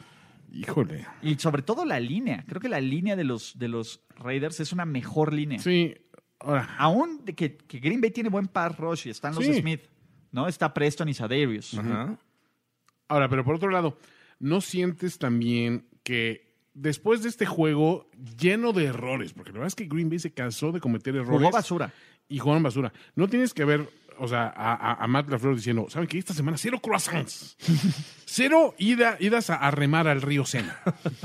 D: Híjole.
C: Y sobre todo la línea. Creo que la línea de los, de los Raiders es una mejor línea.
D: Sí. Ahora,
C: Aún de que, que Green Bay tiene buen pass rush y están los
D: Sí.
C: Smith, ¿no? Está Preston y Sadarius.
G: Ajá.
D: ahora, pero por otro lado, ¿no sientes también que después de este juego lleno de errores? Porque la verdad es que Green Bay se cansó de cometer errores.
C: Jugó basura.
D: y jugaron basura. No tienes que ver, o sea, a, a- a Matt LaFleur diciendo, ¿saben qué? Esta semana cero croissants. cero ida, idas a, a remar al río Sena.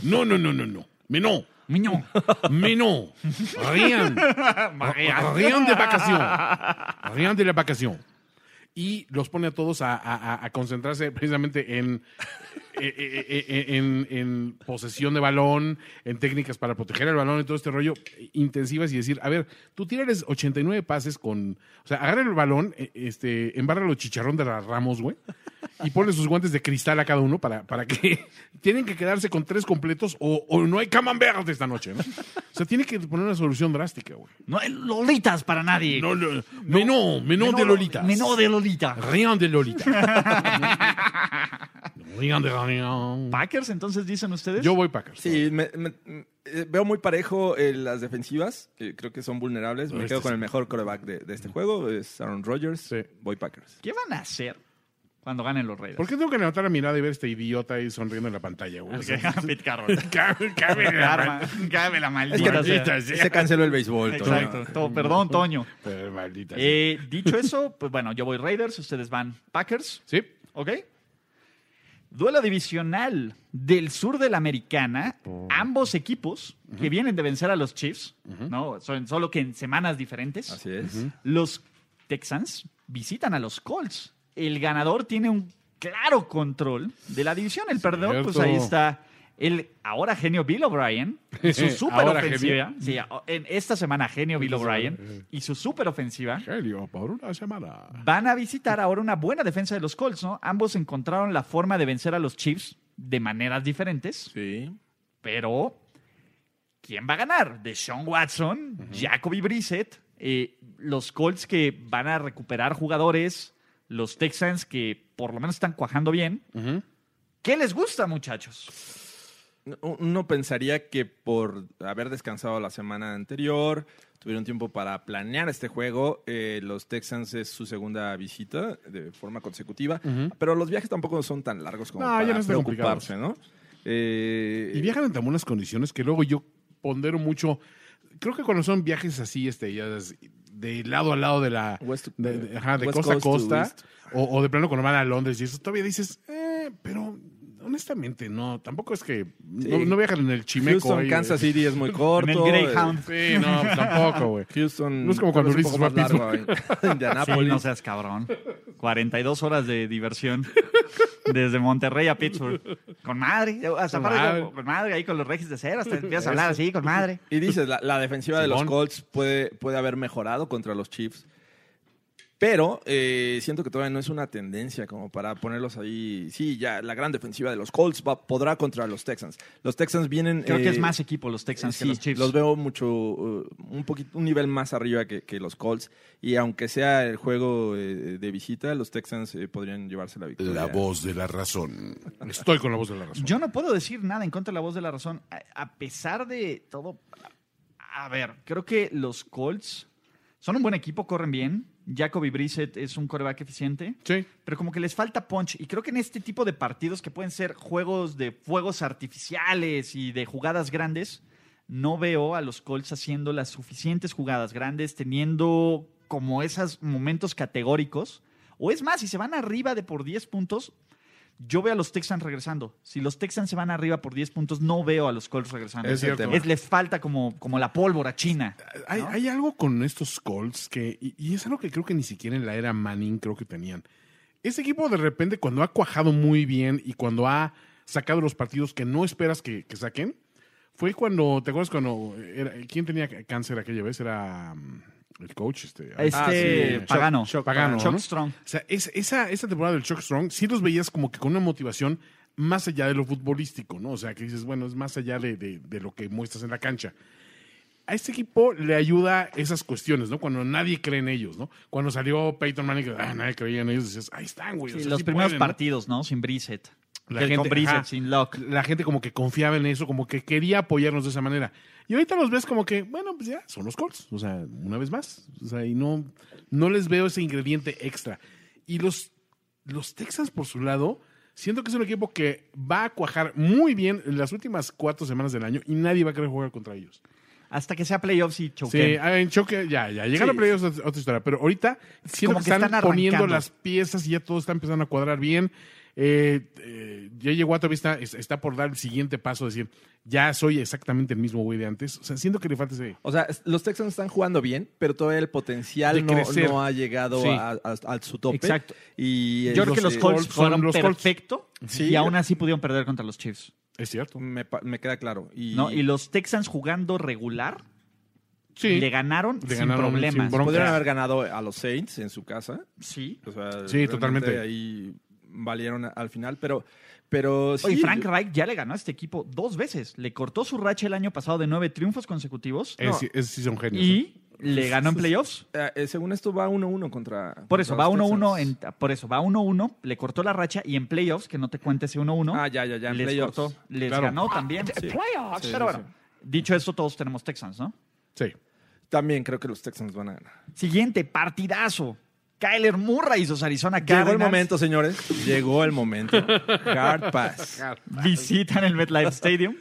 D: No, no, no, no, no. Me no.
C: Miño.
D: Me no. Rían. Ah, Rían de vacación. Rían de la vacación. Y los pone a todos a, a- a- a concentrarse precisamente en, eh, eh, eh, en, en posesión de balón, en técnicas para proteger el balón y todo este rollo eh, intensivas y decir, a ver, tú tírales 89 pases con... O sea, agarra el balón, eh, este, embárralo chicharrón de las ramos, güey, y ponle sus guantes de cristal a cada uno para, para que... *laughs* tienen que quedarse con tres completos o, o no hay camembert esta noche, ¿no? O sea, tiene que poner una solución drástica, güey.
C: No hay lolitas para nadie.
D: No, lo- menú, menú
C: Menú
D: de Lolitas.
C: Menú de Lolita.
D: Rien de Lolita. *laughs* rien de rien.
C: Packers, entonces dicen ustedes.
D: Yo voy Packers.
G: Sí, me- me- mm, eh, veo muy parejo eh, las defensivas. eh, creo que son vulnerables. Me
D: Este
G: quedo con
D: sí.
G: el mejor coreback de, de este juego. Es Aaron Rodgers.
D: Sí.
G: Voy Packers.
C: ¿Qué van a hacer cuando ganen los Raiders?
D: ¿Por qué tengo que levantar la mirada y ver a este idiota ahí sonriendo en la pantalla,
G: Ah,
D: güey? O *laughs*
C: Porque
D: sea,
C: Pete Carroll.
D: cabe- cabe la
C: Arma. Cabe la maldita. sea.
D: Maldita sea.
G: Se canceló el béisbol. Toño.
C: Exacto. To- Perdón, Toño.
D: Pero maldita sea.
C: Eh, dicho eso, pues bueno, yo voy Raiders, ustedes van Packers.
D: Sí.
C: ¿Ok? Duelo divisional del sur de la americana.
D: Oh.
C: Ambos equipos que vienen de vencer a los Chiefs, ¿no? Son solo que en semanas diferentes.
G: Así es.
C: Los Texans visitan a los Colts. El ganador tiene un claro control de la división. El perdedor, pues
D: Cierto.
C: ahí está el ahora genio Bill O'Brien, y *laughs* su super
D: Ahora
C: ofensiva, sí, en esta semana genio Bill O'Brien y su super ofensiva
D: Genio, por una semana.
C: van a visitar ahora una buena defensa de los Colts, ¿no? Ambos encontraron la forma de vencer a los Chiefs de maneras diferentes,
G: Sí.
C: pero ¿quién va a ganar? Deshaun Watson, Jacoby Brissett, eh, los Colts que van a recuperar jugadores, los Texans que por lo menos están cuajando bien. ¿Qué les gusta, muchachos?
G: Uno pensaría que por haber descansado la semana anterior, tuvieron tiempo para planear este juego. Eh, los Texans es su segunda visita de forma consecutiva, pero los viajes tampoco son tan largos como
D: No,
G: para
D: ya no están
G: preocuparse, ¿no? Eh,
D: Y viajan en tan buenas condiciones que luego yo pondero mucho. Creo que cuando son viajes así, este, ya es de lado a lado de la.
G: West- uh,
D: de, de- ajá, de
G: West
D: costa a
G: Coast to
D: costa.
G: East.
D: O, o de plano cuando van a Londres y eso, todavía dices, eh, pero honestamente, no. Tampoco es que. No, no viajan en el chimeco.
G: Houston,
D: ahí,
G: Kansas
D: eh.
G: City
D: *laughs*
G: es muy corto.
C: En el Greyhound.
D: Sí, no, pues tampoco, güey.
G: eh, Houston.
D: No es como cuando
G: un poco
D: Ulises va a
G: más
D: *laughs*
G: largo, *laughs* eh, Indianapolis.
C: Sí, no seas cabrón. 42 horas de
G: *laughs*
C: diversión desde Monterrey a Pittsburgh. Con madre. Hasta
D: Con
C: aparte,
D: madre.
C: con, con madre, ahí con los regis de cero.
G: *laughs*
C: Hasta empiezas a hablar así, con madre.
G: Y dices, la, la defensiva de los
D: Simón.
G: Colts puede, puede haber mejorado contra los Chiefs. Pero eh, siento que todavía no es una tendencia como para ponerlos ahí. Sí, ya la gran defensiva de los Colts va- podrá contra los Texans. Los Texans vienen.
C: Creo que
G: eh,
C: es más equipo los Texans
G: sí,
C: que los Chiefs.
G: Los veo mucho, eh, un poquito, un nivel más arriba que, que los Colts. Y aunque sea el juego eh, de visita, los Texans eh, podrían llevarse la victoria.
A: La voz de la razón.
D: Estoy con la voz de la razón.
C: Yo no puedo decir nada en contra de la voz de la razón. A, a pesar de todo. A ver, creo que los Colts son un buen equipo, corren bien. Jacoby Brissett es un coreback eficiente.
D: Sí.
C: pero como que les falta punch. Y creo que en este tipo de partidos que pueden ser juegos de fuegos artificiales y de jugadas grandes, no veo a los Colts haciendo las suficientes jugadas grandes, teniendo como esos momentos categóricos. O es más, si se van arriba de por 10 puntos, yo veo a los Texans regresando. Si los Texans se van arriba por 10 puntos, no veo a los Colts regresando.
D: Es cierto.
C: Es- les falta como, como la pólvora china.
D: Hay,
C: ¿no?
D: hay algo con estos Colts que, y, y es algo que creo que ni siquiera en la era Manning creo que tenían. Este equipo de repente cuando ha cuajado muy bien y cuando ha sacado los partidos que no esperas que, que saquen, fue cuando, ¿te acuerdas cuando, era- quién tenía cáncer aquella vez? Era mm, el coach, este.
C: Este
G: Ah, sí.
C: pagano.
D: Chuck- Chuck Pagano,
C: Chuck
D: ¿no?
C: Strong.
D: O sea, es- esa, esa temporada del Chuck Strong sí los veías como que con una motivación más allá de lo futbolístico, ¿no? O sea, que dices, bueno, es más allá de, de- de lo que muestras en la cancha. A este equipo le ayuda esas cuestiones, ¿no? Cuando nadie cree en ellos, ¿no? Cuando salió Peyton Manning, que ah, nadie creía en ellos, dices, ahí están, güey. o
C: Sí,
D: sea,
C: los
D: sí
C: primeros
D: pueden, ¿no?
C: partidos, ¿no? Sin Brissett.
D: La
C: Que
D: gente,
C: con Brissett,
D: ajá.
C: sin Locke.
D: La gente como que confiaba en eso, como que quería apoyarnos de esa manera. Y ahorita los ves como que, bueno, pues ya, son los Colts. O sea, una vez más. O sea, y no, no les veo ese ingrediente extra. Y los, los Texans, por su lado, siento que es un equipo que va a cuajar muy bien en las últimas cuatro semanas del año y nadie va a querer jugar contra ellos.
C: Hasta que sea playoffs y choque.
D: Sí, ah, en choque, ya, ya. Llegar
G: Sí.
D: a playoffs es otra historia. Pero ahorita siento
C: como
D: que,
C: que
D: están,
C: están
D: poniendo
C: arrancando.
D: las piezas y ya todo está empezando a cuadrar bien. Eh, eh, J.J. Watt todavía está, es- está por dar el siguiente paso, decir, ya soy exactamente el mismo güey de antes. O sea, siento que le falta ese...
G: O sea, es- los Texans están jugando bien, pero todavía el
D: De
G: potencial no,
D: crecer.
G: no ha llegado
D: Sí.
G: a, a- a su tope.
C: Exacto.
G: Y eh,
C: Yo creo que los
G: eh,
C: Colts
D: Colts son
C: fueron
D: los Colts.
C: perfecto
G: Sí.
C: y aún así pudieron perder contra los Chiefs.
D: Es cierto.
G: me, pa- me queda claro. Y,
C: ¿no? Y los Texans jugando regular
D: Sí.
C: le ganaron
D: Le
C: sin
D: ganaron sin
C: problemas.
D: bronca.
G: Podrían haber ganado a los Saints en su casa.
C: sí.
G: O
D: Sí,
G: sea, realmente
D: totalmente.
G: Ahí valieron a- al final, pero, pero sí.
C: Oye, Frank Reich ya le ganó a este equipo dos veces. Le cortó su racha el año pasado de nueve triunfos consecutivos
D: Es, es- sí son genios. ¿eh?
C: y le ganó en playoffs.
G: eh, eh, según esto va 1-1 contra.
C: Por eso, va
G: contra los
C: 1-1, en-
G: Texans.
C: por eso, va 1-1, le cortó la racha y en playoffs, que no te cuente ese 1-1,
G: Ah, ya, ya, ya. En
C: les
G: playoffs.
C: cortó, les
D: Claro.
C: ganó también.
G: Sí, sí,
C: Ah, pero bueno,
G: sí.
C: dicho esto, todos tenemos Texans, ¿no?
D: Sí.
G: También creo que los Texans van a ganar.
C: Siguiente, partidazo. Kyler Murray y sus Arizona
G: Llegó
C: Cardinals
G: el momento, señores. Llegó el momento.
C: *laughs*
G: Hard pass.
C: Ah, visitan el
G: *laughs*
C: MetLife Stadium.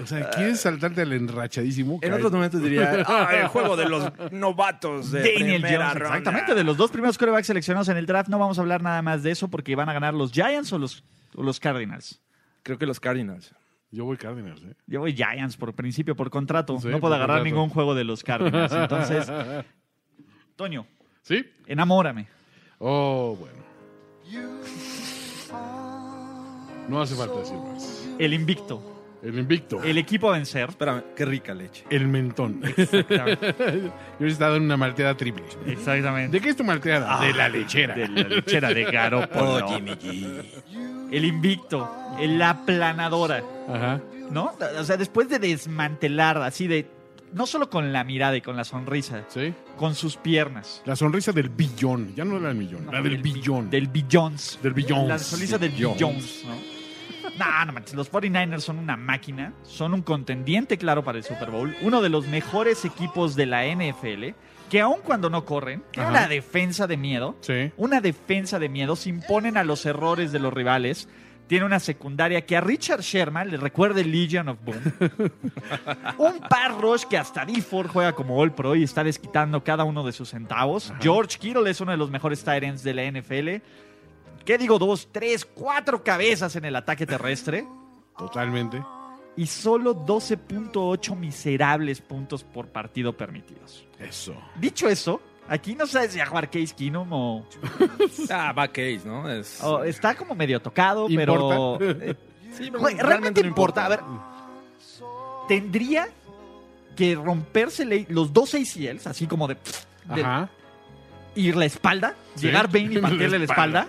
D: O sea, ¿quieres saltarte al enrachadísimo?
G: En
D: Cae-
G: otros momentos diría, ah, el juego de los novatos de
C: Daniel
G: primera
C: Jones,
G: ronda".
C: exactamente, de los dos primeros corebacks seleccionados en el draft. No vamos a hablar nada más de eso porque van a ganar los Giants o los, o los Cardinals.
G: Creo que los Cardinals.
D: Yo voy Cardinals, ¿eh?
C: Yo voy Giants por principio, por contrato.
D: Sí,
C: no
D: por
C: puedo agarrar
D: contrato.
C: ningún juego de los Cardinals.
G: *laughs*
C: Entonces, Toño,
D: ¿Sí?
C: enamórame.
D: Oh, bueno. No hace falta decir más.
C: El invicto.
D: El invicto. El,
C: El equipo a vencer.
G: Espérame, qué rica leche.
D: mentón. *laughs* Yo he estado en una malteada triple.
C: Exactamente.
D: ¿De qué es tu malteada?
C: Ah,
D: de la lechera.
C: De la lechera de *laughs*
G: Oh,
C: Garópolo. El invicto. La aplanadora.
D: Ajá.
C: ¿No? O sea, después de desmantelar así de. No solo con la mirada y con la sonrisa,
D: Sí.
C: con sus piernas.
D: La sonrisa del billón. Ya no era del millón. la del billón.
C: Del Billions.
D: Del Billions.
C: La sonrisa del Billions, ¿no? No, no manches, los 49ers son una máquina, son un contendiente claro para el Super Bowl, uno de los mejores equipos de la NFL, que aun cuando no corren, tienen
D: Ajá.
C: una defensa de miedo,
D: Sí.
C: una defensa de miedo, se imponen a los errores de los rivales, tiene una secundaria que a Richard Sherman le recuerda el Legion of Boom, un par rush que hasta D4 juega como All Pro y está desquitando cada uno de sus centavos, George Kittle es uno de los mejores tight ends de la NFL, ¿qué digo? Dos, tres, cuatro cabezas en el ataque terrestre
D: Totalmente.
C: y solo 12.8 miserables puntos por partido permitidos.
D: Eso.
C: Dicho eso, aquí no sabes si a jugar Case Keenum o,
G: Ah, va case, ¿no? Es...
C: o está como medio tocado, pero
D: ¿Importa?
C: eh,
G: Sí, pero
C: Oh. güey, realmente,
G: no
C: importa. A ver, tendría que romperse le- los dos ACLs, así como de, de-
D: Ajá.
C: ir la espalda,
D: Sí.
C: llegar Bane y partirle la espalda.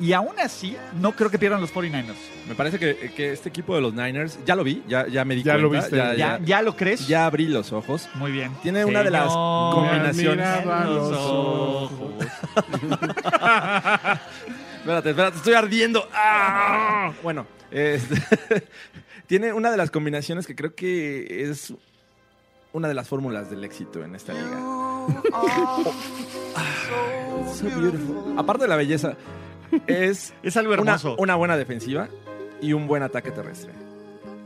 C: Y aún así, no creo que pierdan los 49ers.
G: Me parece que, que este equipo de los Niners, ya lo vi, ya, ya me di
D: Ya lo
G: cuenta,
D: viste.
G: Ya,
C: ¿Ya,
G: Ah, ya,
C: ya lo crees?
G: ya abrí los ojos.
C: Muy bien.
G: Tiene una de las
C: Señor,
G: combinaciones.
D: miraba los
C: los ojos.
G: Espérate, espérate, estoy ardiendo. ¡Ah! Bueno, este, *laughs* tiene una de las combinaciones que creo que es una de las fórmulas del éxito en esta liga. Ah, so beautiful. Aparte de la belleza, es
C: Es algo
G: una,
C: hermoso.
G: una buena defensiva y un buen ataque terrestre.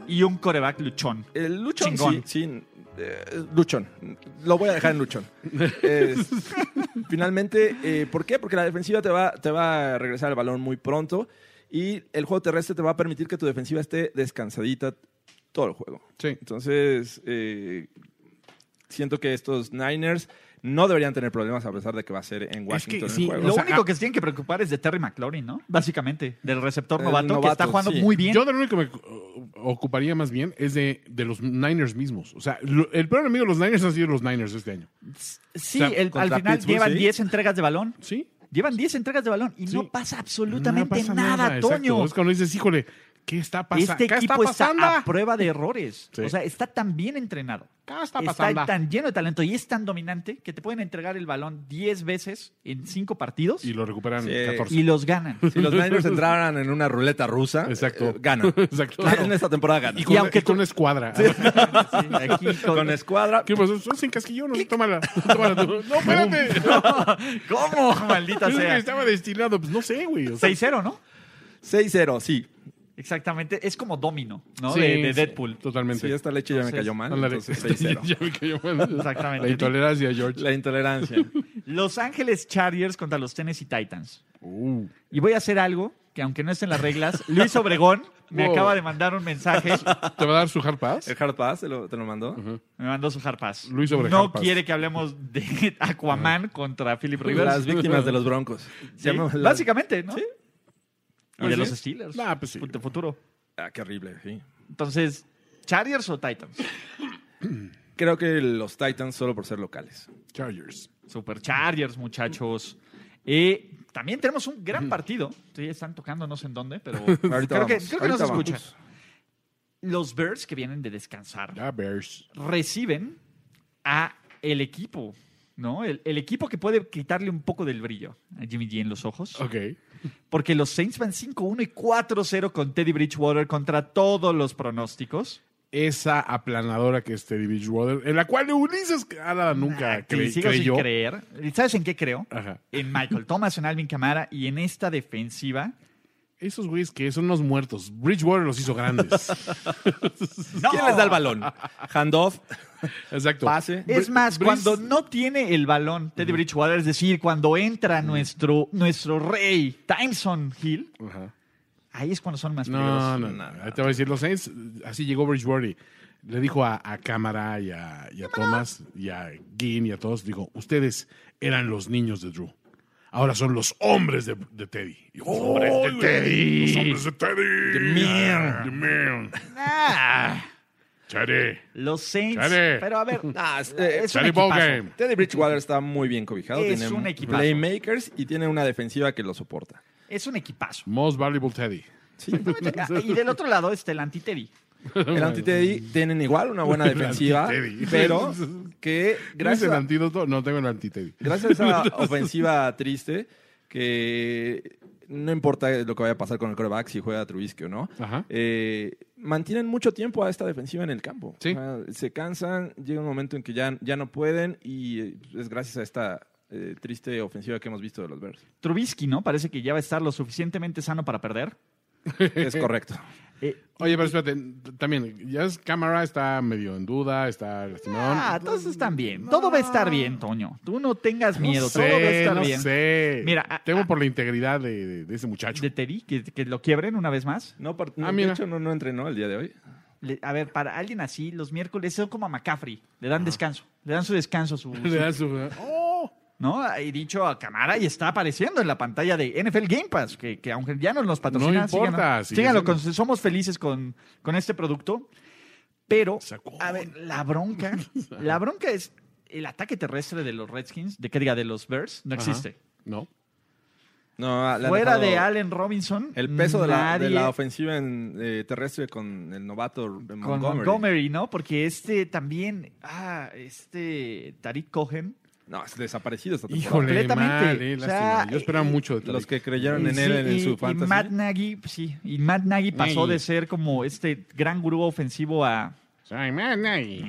C: Y un coreback luchón.
G: El luchón,
C: Chingón.
G: sí, sí, eh, luchón. Lo voy a dejar en luchón.
D: *laughs*
G: Es- finalmente, eh, ¿por qué? Porque la defensiva te va, te va a regresar el balón muy pronto y el juego terrestre te va a permitir que tu defensiva esté descansadita todo el juego.
D: Sí.
G: Entonces, eh, siento que estos Niners no deberían tener problemas a pesar de que va a ser en Washington el
D: sí,
G: juego.
C: Lo
D: O sea,
C: único
D: ah-
C: que se tienen que preocupar es de Terry McLaurin, ¿no? Básicamente, del receptor
G: El
C: novato, que está
G: novato,
C: jugando
G: sí.
C: muy bien.
D: Yo de lo único que me uh, ocuparía más bien es de, de los Niners mismos. O sea, lo- el peor enemigo de los Niners han sido los Niners este año.
C: sí,
D: o sea,
C: el- al
G: contra
C: final
G: Pittsburgh,
C: llevan
G: sí.
C: 10 entregas de balón.
D: ¿Sí?
C: Llevan 10 entregas de balón y
D: Sí.
C: no pasa absolutamente
D: No pasa
C: nada,
D: exacto.
C: Toño.
D: Es cuando dices, híjole, ¿qué está, pasa
C: Este
D: ¿qué
C: equipo está,
D: pasando?
C: a prueba de errores.
D: Sí.
C: O sea, está tan bien entrenado.
D: ¿Qué está pasando?
C: tan lleno de talento y es tan dominante que te pueden entregar el balón 10 veces en 5 partidos
D: Y
C: y,
D: lo recuperan
G: Sí.
D: 14.
C: los ganan.
G: Si los Niners entraran en una ruleta rusa,
D: Exacto.
G: eh, ganan.
D: *laughs* Exacto.
G: En esta temporada ganan.
D: Y con,
C: Y aunque
D: y con
C: tú-
D: escuadra.
C: Sí, *laughs* aquí con-
G: *laughs* Con escuadra,
D: ¿Qué pasó? Son sin casquillón. No, tómala.
C: *laughs*
D: tómala tú. No, espérate.
C: ¿Cómo? *laughs* Maldita
D: Yo creo que
C: sea.
D: estaba destinado. Pues no sé, güey. O sea,
C: 6-0, ¿no?
G: 6-0, sí.
C: Exactamente, es como domino, ¿no?
D: sí,
C: de, de
D: sí,
C: Deadpool.
D: Totalmente.
G: Sí, esta leche ya me
C: Entonces,
G: cayó mal.
D: Ándale. *laughs*
G: Entonces 6-0.
D: Ya me cayó mal.
C: Exactamente.
D: La intolerancia, George.
G: La intolerancia.
C: Los Ángeles Chargers contra los Tennessee Titans.
D: Uh,
C: Y voy a hacer algo que aunque no estén las reglas, Luis Obregón me
D: *laughs* Wow.
C: acaba de mandar un mensaje,
D: ¿Te va a dar su hard pass?
G: ¿El hard pass te lo, te lo mandó?
C: me mandó su harpaz.
D: Luis Obregón
C: No
D: Harpas. Ah.
C: quiere que hablemos de Aquaman contra Philip
G: Las
C: Rivers.
G: víctimas de los broncos.
C: Sí,
G: Ya me- la-
C: Básicamente, ¿no? Y de los Steelers.
D: Nah, pues sí.
C: De futuro.
G: Ah, qué horrible, sí.
C: Entonces, ¿Chargers o Titans?
G: Creo que los Titans solo por ser locales.
D: Chargers.
C: Superchargers, muchachos. Eh, también tenemos un gran partido. Sí, están tocando no sé en dónde,
G: *laughs*
C: pero
G: Ahorita
C: creo, que,
G: vamos,
C: creo que nos
G: ahorita vamos.
C: escuchan. Los Bears que vienen de descansar
D: Ya, Bears.
C: reciben a el equipo, ¿no? El, el equipo que puede quitarle un poco del brillo a Jimmy G en los ojos.
D: Ok.
C: Porque los Saints van 5-1 y 4-0 con Teddy Bridgewater contra todos los pronósticos.
D: Esa aplanadora que es Teddy Bridgewater, en la cual Ulises nada nunca
C: Que
D: cre-
C: sigo sin
D: creyó.
C: creer. ¿Y ¿Sabes en qué creo?
D: Ajá.
C: En Michael Thomas, en Alvin Kamara y en esta defensiva.
D: Esos güeyes que son unos muertos. Bridgewater los
C: *laughs*
D: hizo grandes.
C: ¡No!
G: ¿Quién les da
C: *laughs*
G: el balón? Handoff,
D: Exacto.
G: pase.
C: Es más,
D: Brice-
C: cuando no tiene el balón Teddy Bridgewater, es decir, cuando entra nuestro, nuestro rey Tyson Hill,
D: Ajá.
C: ahí es cuando son más
D: No,
C: peligrosos.
D: no, no. Ahí Te voy a decir, los Saints, así llegó Bridgewater. y Le dijo a, a Cámara y a, y a Thomas y a Ginn y a todos, dijo, ustedes eran los niños de Drew. Ahora son los hombres de, de Teddy. Los hombres de Teddy. Los hombres de Teddy. The man. The man.
C: Ah,
D: Teddy.
C: los Saints.
D: Chale.
C: Pero a
D: *laughs*
C: ver,
G: Ah, es- eh,
C: es un
D: Teddy
C: equipazo.
D: Ballgame.
G: Teddy Bridgewater está muy bien cobijado.
C: Es
G: tiene
C: un equipazo.
G: playmakers y tiene una defensiva que lo soporta.
C: Es un
D: *laughs*
C: equipazo.
D: Most valuable Teddy.
C: Y del otro lado está el anti-Teddy. *laughs*
G: El anti-Teddy tienen igual una buena defensiva,
D: anti-Teddy.
C: *laughs*
G: pero que
D: Gracias.
G: gracias
D: el
G: a,
D: antídoto? No tengo el anti-Teddy.
G: gracias
D: *laughs*
G: a esa ofensiva triste que no importa lo que vaya a pasar con el coreback si juega Trubisky o no,
D: Ajá.
G: eh, mantienen mucho tiempo a esta defensiva en el campo.
D: Sí.
G: O sea, se cansan, llega un momento en que ya, ya no pueden y eh, es gracias a esta eh, triste ofensiva que hemos visto de los Bears.
C: Trubisky, ¿no? Parece que ya va a estar lo suficientemente sano para perder.
D: *laughs*
G: Es correcto.
C: Eh,
D: Oye, pero espérate, también, ya es cámara, está medio en duda, está lastimadón.
C: ah, todos están bien. Todo va a estar bien, Toño. Tú no tengas miedo.
D: no
C: todo va a
D: sé,
C: estar
D: no
C: bien.
D: sé.
C: Mira, a-
D: Temo
C: a-
D: por la integridad de, de- de ese muchacho. *laughs*
C: De Teddy, que, que lo quiebren una vez más.
G: No, par- no,
D: Ah,
G: de
D: mira.
G: hecho, no, no entrenó el día de hoy.
C: Le- a ver, para alguien así, los miércoles son como a McCaffrey. Le dan descanso. Le dan su descanso.
G: *laughs*
C: Su,
D: Le da su-
C: ¿No? He dicho a cámara y está apareciendo en la pantalla de NFL Game Pass, que, que aunque ya nos los patrocina,
D: No importa,
C: síganlo-
D: sigue
C: síganlo
D: siendo-
C: con- somos felices con, con este producto. Pero,
D: Sacó.
C: a ver, la
G: *laughs*
C: bronca, la bronca es el ataque terrestre de los Redskins, de que diga de los Bears, no
D: Ajá.
C: existe.
D: No.
G: No, le han
C: Fuera de
G: dejado-
C: Allen Robinson,
G: El peso de la, de
C: nadie-
G: la ofensiva en, eh, terrestre con el novato Montgomery.
C: con Montgomery. ¿no? Porque este también, ah, este Tariq Cohen.
G: No, es desaparecido esta temporada.
D: Híjole,
C: Completamente.
D: mal, eh,
C: O sea,
D: lástima. Yo esperaba
C: eh,
D: mucho de Teddy.
G: Los que creyeron en
C: Sí,
G: él en,
C: y-
G: su
C: Y Matt
G: fantasy.
C: Nagy, sí, y Matt Nagy pasó
D: Nagy.
C: de ser como este gran gurú ofensivo a...
D: Ay, man, ay.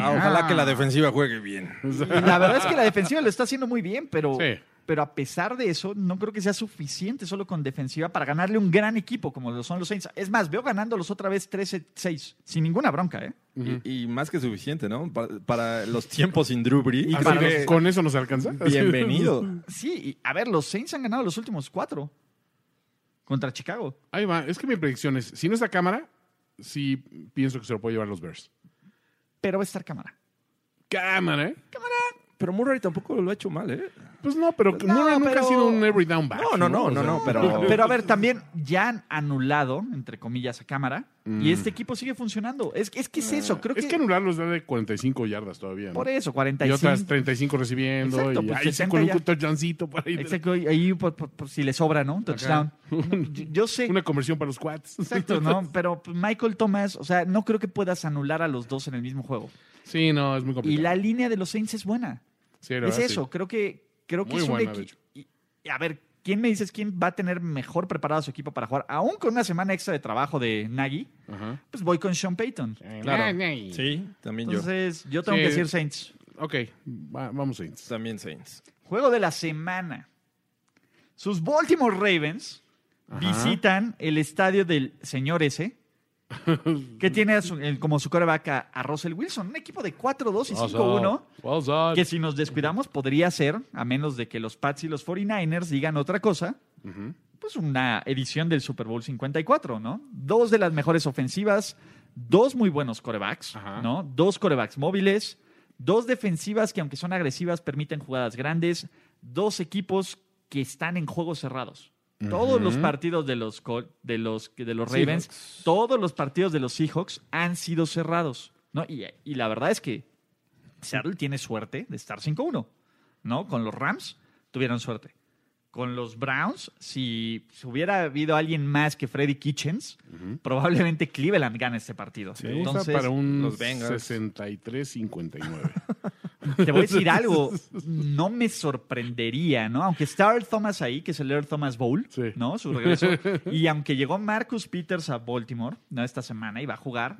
G: Ah, ojalá que la defensiva juegue bien.
C: Y la verdad es que la defensiva lo está haciendo muy bien, pero,
D: Sí.
C: pero a pesar de eso, no creo que sea suficiente solo con defensiva para ganarle un gran equipo como lo son los Saints. Es más, veo ganándolos otra vez 13-6, sin ninguna bronca, ¿eh?
G: y, y más que suficiente, ¿no? Pa- Para, los tiempos sin Drew Brees.
D: Así
G: creo
D: de,
G: que- *laughs*
D: ¿Con eso nos alcanza? *laughs*
G: bienvenido.
C: Sí, y, a ver, los Saints han ganado los últimos cuatro contra Chicago.
D: Ahí va. Es que mi predicción es, si no está cámara, sí pienso que se lo puede llevar los Bears.
C: Pero va a estar cámara.
D: Cámara, ¿eh?
G: Pero Murray tampoco lo ha hecho mal, ¿eh?
D: Pues no, pero
C: No,
D: Murray nunca
C: pero-
D: ha sido un every down back.
G: No, no, no, no, no, pero...
C: Pero a
D: *laughs*
C: ver, también ya han anulado, entre comillas, a cámara. Y este equipo sigue funcionando. Es, es que es eso, creo
D: Mm. Es que anularlos da de 45 yardas todavía. ¿no?
C: por eso,
D: Y
C: 45.
D: otras 35 recibiendo.
C: Exacto,
D: y
C: pues,
D: ahí sí
C: 60
D: con un
C: ya.
D: touchdowncito por ahí.
C: Exacto, y ahí por, por- por si le sobra, ¿no? Un Touchdown.
D: *laughs*
C: Yo, yo sé.
D: Una conversión para los quads.
C: Exacto, ¿no? Pero pues, Michael Thomas, o sea, no creo que puedas anular a los dos en el mismo juego.
D: Sí, no, es muy
C: Y
D: complicado.
C: la
D: ah,
C: línea de los Saints es buena.
D: Sí, la
C: Es
D: verdad,
C: eso, creo que, creo que
D: Muy
C: es un
D: buena, de hecho.
C: equipo. A ver, ¿quién me dices quién va a tener mejor preparado a su equipo para jugar? Aún con una semana extra de trabajo de Nagy,
D: sí. Ajá.
C: pues voy con Sean Payton.
G: Claro.
D: Sí.
G: Sí, también yo.
C: Entonces, yo tengo
D: Sí.
C: que decir Saints.
D: Ok, va- vamos a ir.
G: También Saints.
C: Juego de la semana. Sus Baltimore Ravens visitan el estadio del señor ese, que tiene a su- el- como su coreback a, a Russell Wilson. Un equipo de 4-2 y 5-1,
D: Well done.
C: que si nos descuidamos podría ser, a menos de que los Pats y los 49ers digan otra cosa, pues una edición del Super Bowl 54, ¿no? Dos de las mejores ofensivas, dos muy buenos corebacks,
D: Ajá.
C: ¿no? Dos corebacks móviles, dos defensivas que aunque son agresivas permiten jugadas grandes, dos equipos que están en juegos cerrados. Todos los partidos de los, Col- de los, de los Ravens, todos los partidos de los Seahawks han sido cerrados, ¿no? Y, y la verdad es que Seattle tiene suerte de estar 5-1, ¿no? Con los Rams tuvieron suerte con los Browns, si, si hubiera habido alguien más que Freddy Kitchens, probablemente Cleveland gana este partido.
D: Me gusta
C: Entonces,
D: para un
G: los Bengals.
D: 63-59.
C: te voy a decir
D: *laughs*
C: algo, no me sorprendería, ¿no? Aunque está Earl Thomas ahí, que es el Earl Thomas Bowl,
D: Sí.
C: ¿no? Su regreso. Y aunque llegó Marcus Peters a Baltimore, ¿no? Esta semana y va a jugar,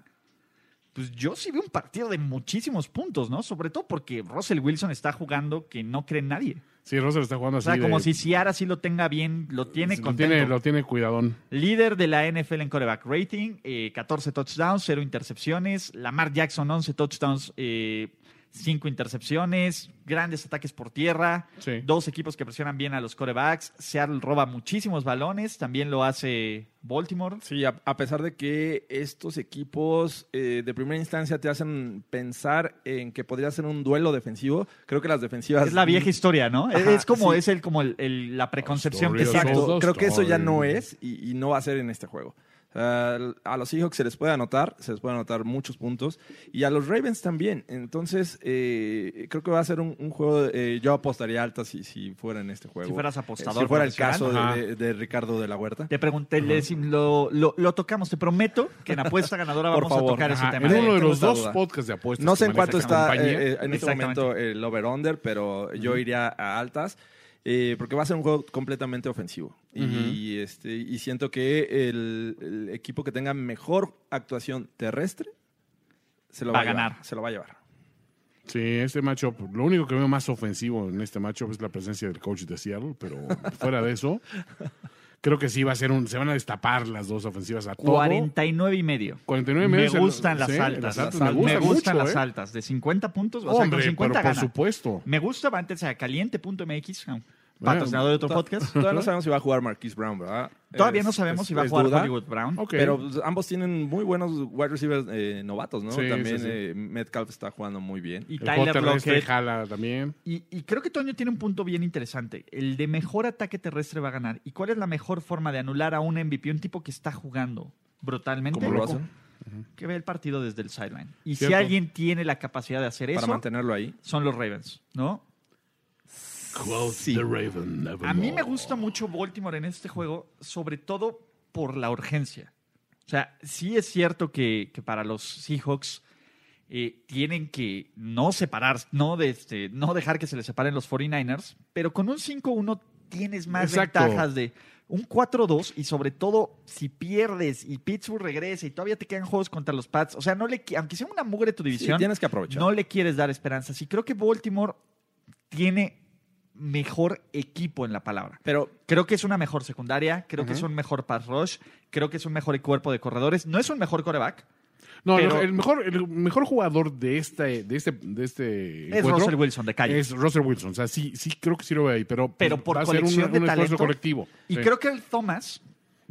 C: pues yo sí veo un partido de muchísimos puntos, ¿no? Sobre todo porque Russell Wilson está jugando que no cree en nadie.
D: Sí, Russell está jugando
C: O
D: así.
C: sea,
D: de-
C: como si Ciara sí lo tenga bien, lo tiene
D: lo
C: contento.
D: tiene, lo tiene cuidadón.
C: Líder de la NFL en coreback rating, eh, 14 touchdowns, 0 intercepciones. Lamar Jackson, 11 touchdowns, eh, cinco intercepciones, grandes ataques por tierra,
D: Sí.
C: dos equipos que presionan bien a los corebacks. Seattle roba muchísimos balones, también lo hace Baltimore.
G: Sí, a, a pesar de que estos equipos eh, de primera instancia te hacen pensar en que podría ser un duelo defensivo, creo que las defensivas...
C: Es la vieja historia, ¿no?
G: Ajá,
C: es como,
G: sí.
C: es el, como el- el- la preconcepción que
D: Story of
C: tienes.
D: Todos
G: Exacto,
D: los
G: creo que eso ya no
D: stories.
G: es y, y no va a ser en este juego. O sea, a los Seahawks se les puede anotar, se les puede anotar muchos puntos y a los Ravens también. Entonces, eh, creo que va a ser un, un juego. eh, yo apostaría alta si, si fuera en este juego.
C: Si fueras
G: Eh,
C: apostador
G: si fuera el caso
C: profesional.
G: de,
D: Ajá.
G: de- de Ricardo de la Huerta.
C: Te pregunté, le decim- lo, lo, lo tocamos, te prometo que en apuesta ganadora
G: Por
C: vamos
G: favor.
C: a tocar ese
D: Ajá,
C: tema.
D: en
G: Sí,
D: uno de
G: tengo
D: los
G: esa
D: dos
G: duda.
D: podcasts de apuestas.
G: No
D: que
G: sé en
D: maneja
G: cuánto
D: esta
G: está
D: compañía.
G: eh, eh, en este
C: Exactamente.
G: momento el over-under, pero yo iría a altas. eh, porque va a ser un juego completamente ofensivo. y, este, y siento que el, el equipo que tenga mejor actuación terrestre se lo
C: Va
G: va,
C: a ganar.
G: llevar, se lo va a llevar.
D: Sí, este matchup, lo único que veo más ofensivo en este matchup es la presencia del coach de Seattle, pero fuera de eso, creo que sí va a ser un, se van a destapar las dos ofensivas a todo.
C: 49 y medio.
D: 49
C: Me
D: medios,
C: gustan
D: sí,
C: las altas.
D: me gustan,
C: me gustan
D: mucho,
C: las
D: ¿eh?
C: altas. De 50 puntos, o sea, con
D: Hombre,
C: 50
D: pero por
C: gana.
D: supuesto.
C: Me gusta, va antes a caliente.mx, patrocinador de otro
G: To-
C: podcast.
G: *laughs* Todavía no sabemos si va a jugar Marquise Brown, ¿verdad?
C: Todavía
G: Es-
C: no sabemos
G: es-
C: si va a
G: es
C: jugar
G: duda,
C: Hollywood Brown.
D: Ok.
G: Pero pues, ambos tienen muy buenos wide receivers eh, novatos, ¿no?
D: Sí, sí,
G: También
D: sí.
G: eh, Metcalf está jugando muy bien.
C: Y
D: el este
C: Tyler
D: Tyler
C: Lockett.
D: jala también.
C: Y, y creo que Toño tiene un punto bien interesante. El de mejor ataque terrestre va a ganar. ¿Y cuál es la mejor forma de anular a un MVP, un tipo que está jugando brutalmente?
G: ¿Cómo lo hacen?
C: Que ve el partido desde el sideline. Y
D: Cierto.
C: si alguien tiene la capacidad de hacer
G: Para
C: eso,
G: mantenerlo ahí.
C: son los Ravens, ¿no?
G: Sí.
C: A mí me gusta mucho Baltimore en este juego, sobre todo por la urgencia. O sea, sí es cierto que, que para los Seahawks eh, tienen que no separar, no, de este, no dejar que se les separen los 49ers, pero con un 5-1 tienes más
D: Exacto.
C: ventajas de un 4-2 y sobre todo si pierdes y Pittsburgh regresa y todavía te quedan juegos contra los Pats, o sea, no le, qui- aunque sea una mugre tu
G: Sí,
C: división,
G: tienes que aprovechar.
C: no le quieres dar esperanzas. Y creo que Baltimore tiene mejor equipo en la palabra.
G: Pero
C: Creo que es una mejor secundaria, creo que es un mejor pass rush, creo que es un mejor cuerpo de corredores. No es un mejor coreback.
D: No,
C: pero-
D: el, mejor, el mejor jugador de este, de este, de este
C: Es
D: encuentro
C: Russell Wilson de calle.
D: es Russell Wilson. O sea, sí, sí creo que sí lo veo ahí, pero,
C: Pero por
D: Mm, va a ser un,
C: colección de
D: un esfuerzo
C: talento.
D: colectivo.
C: y
D: Sí.
C: creo que el Thomas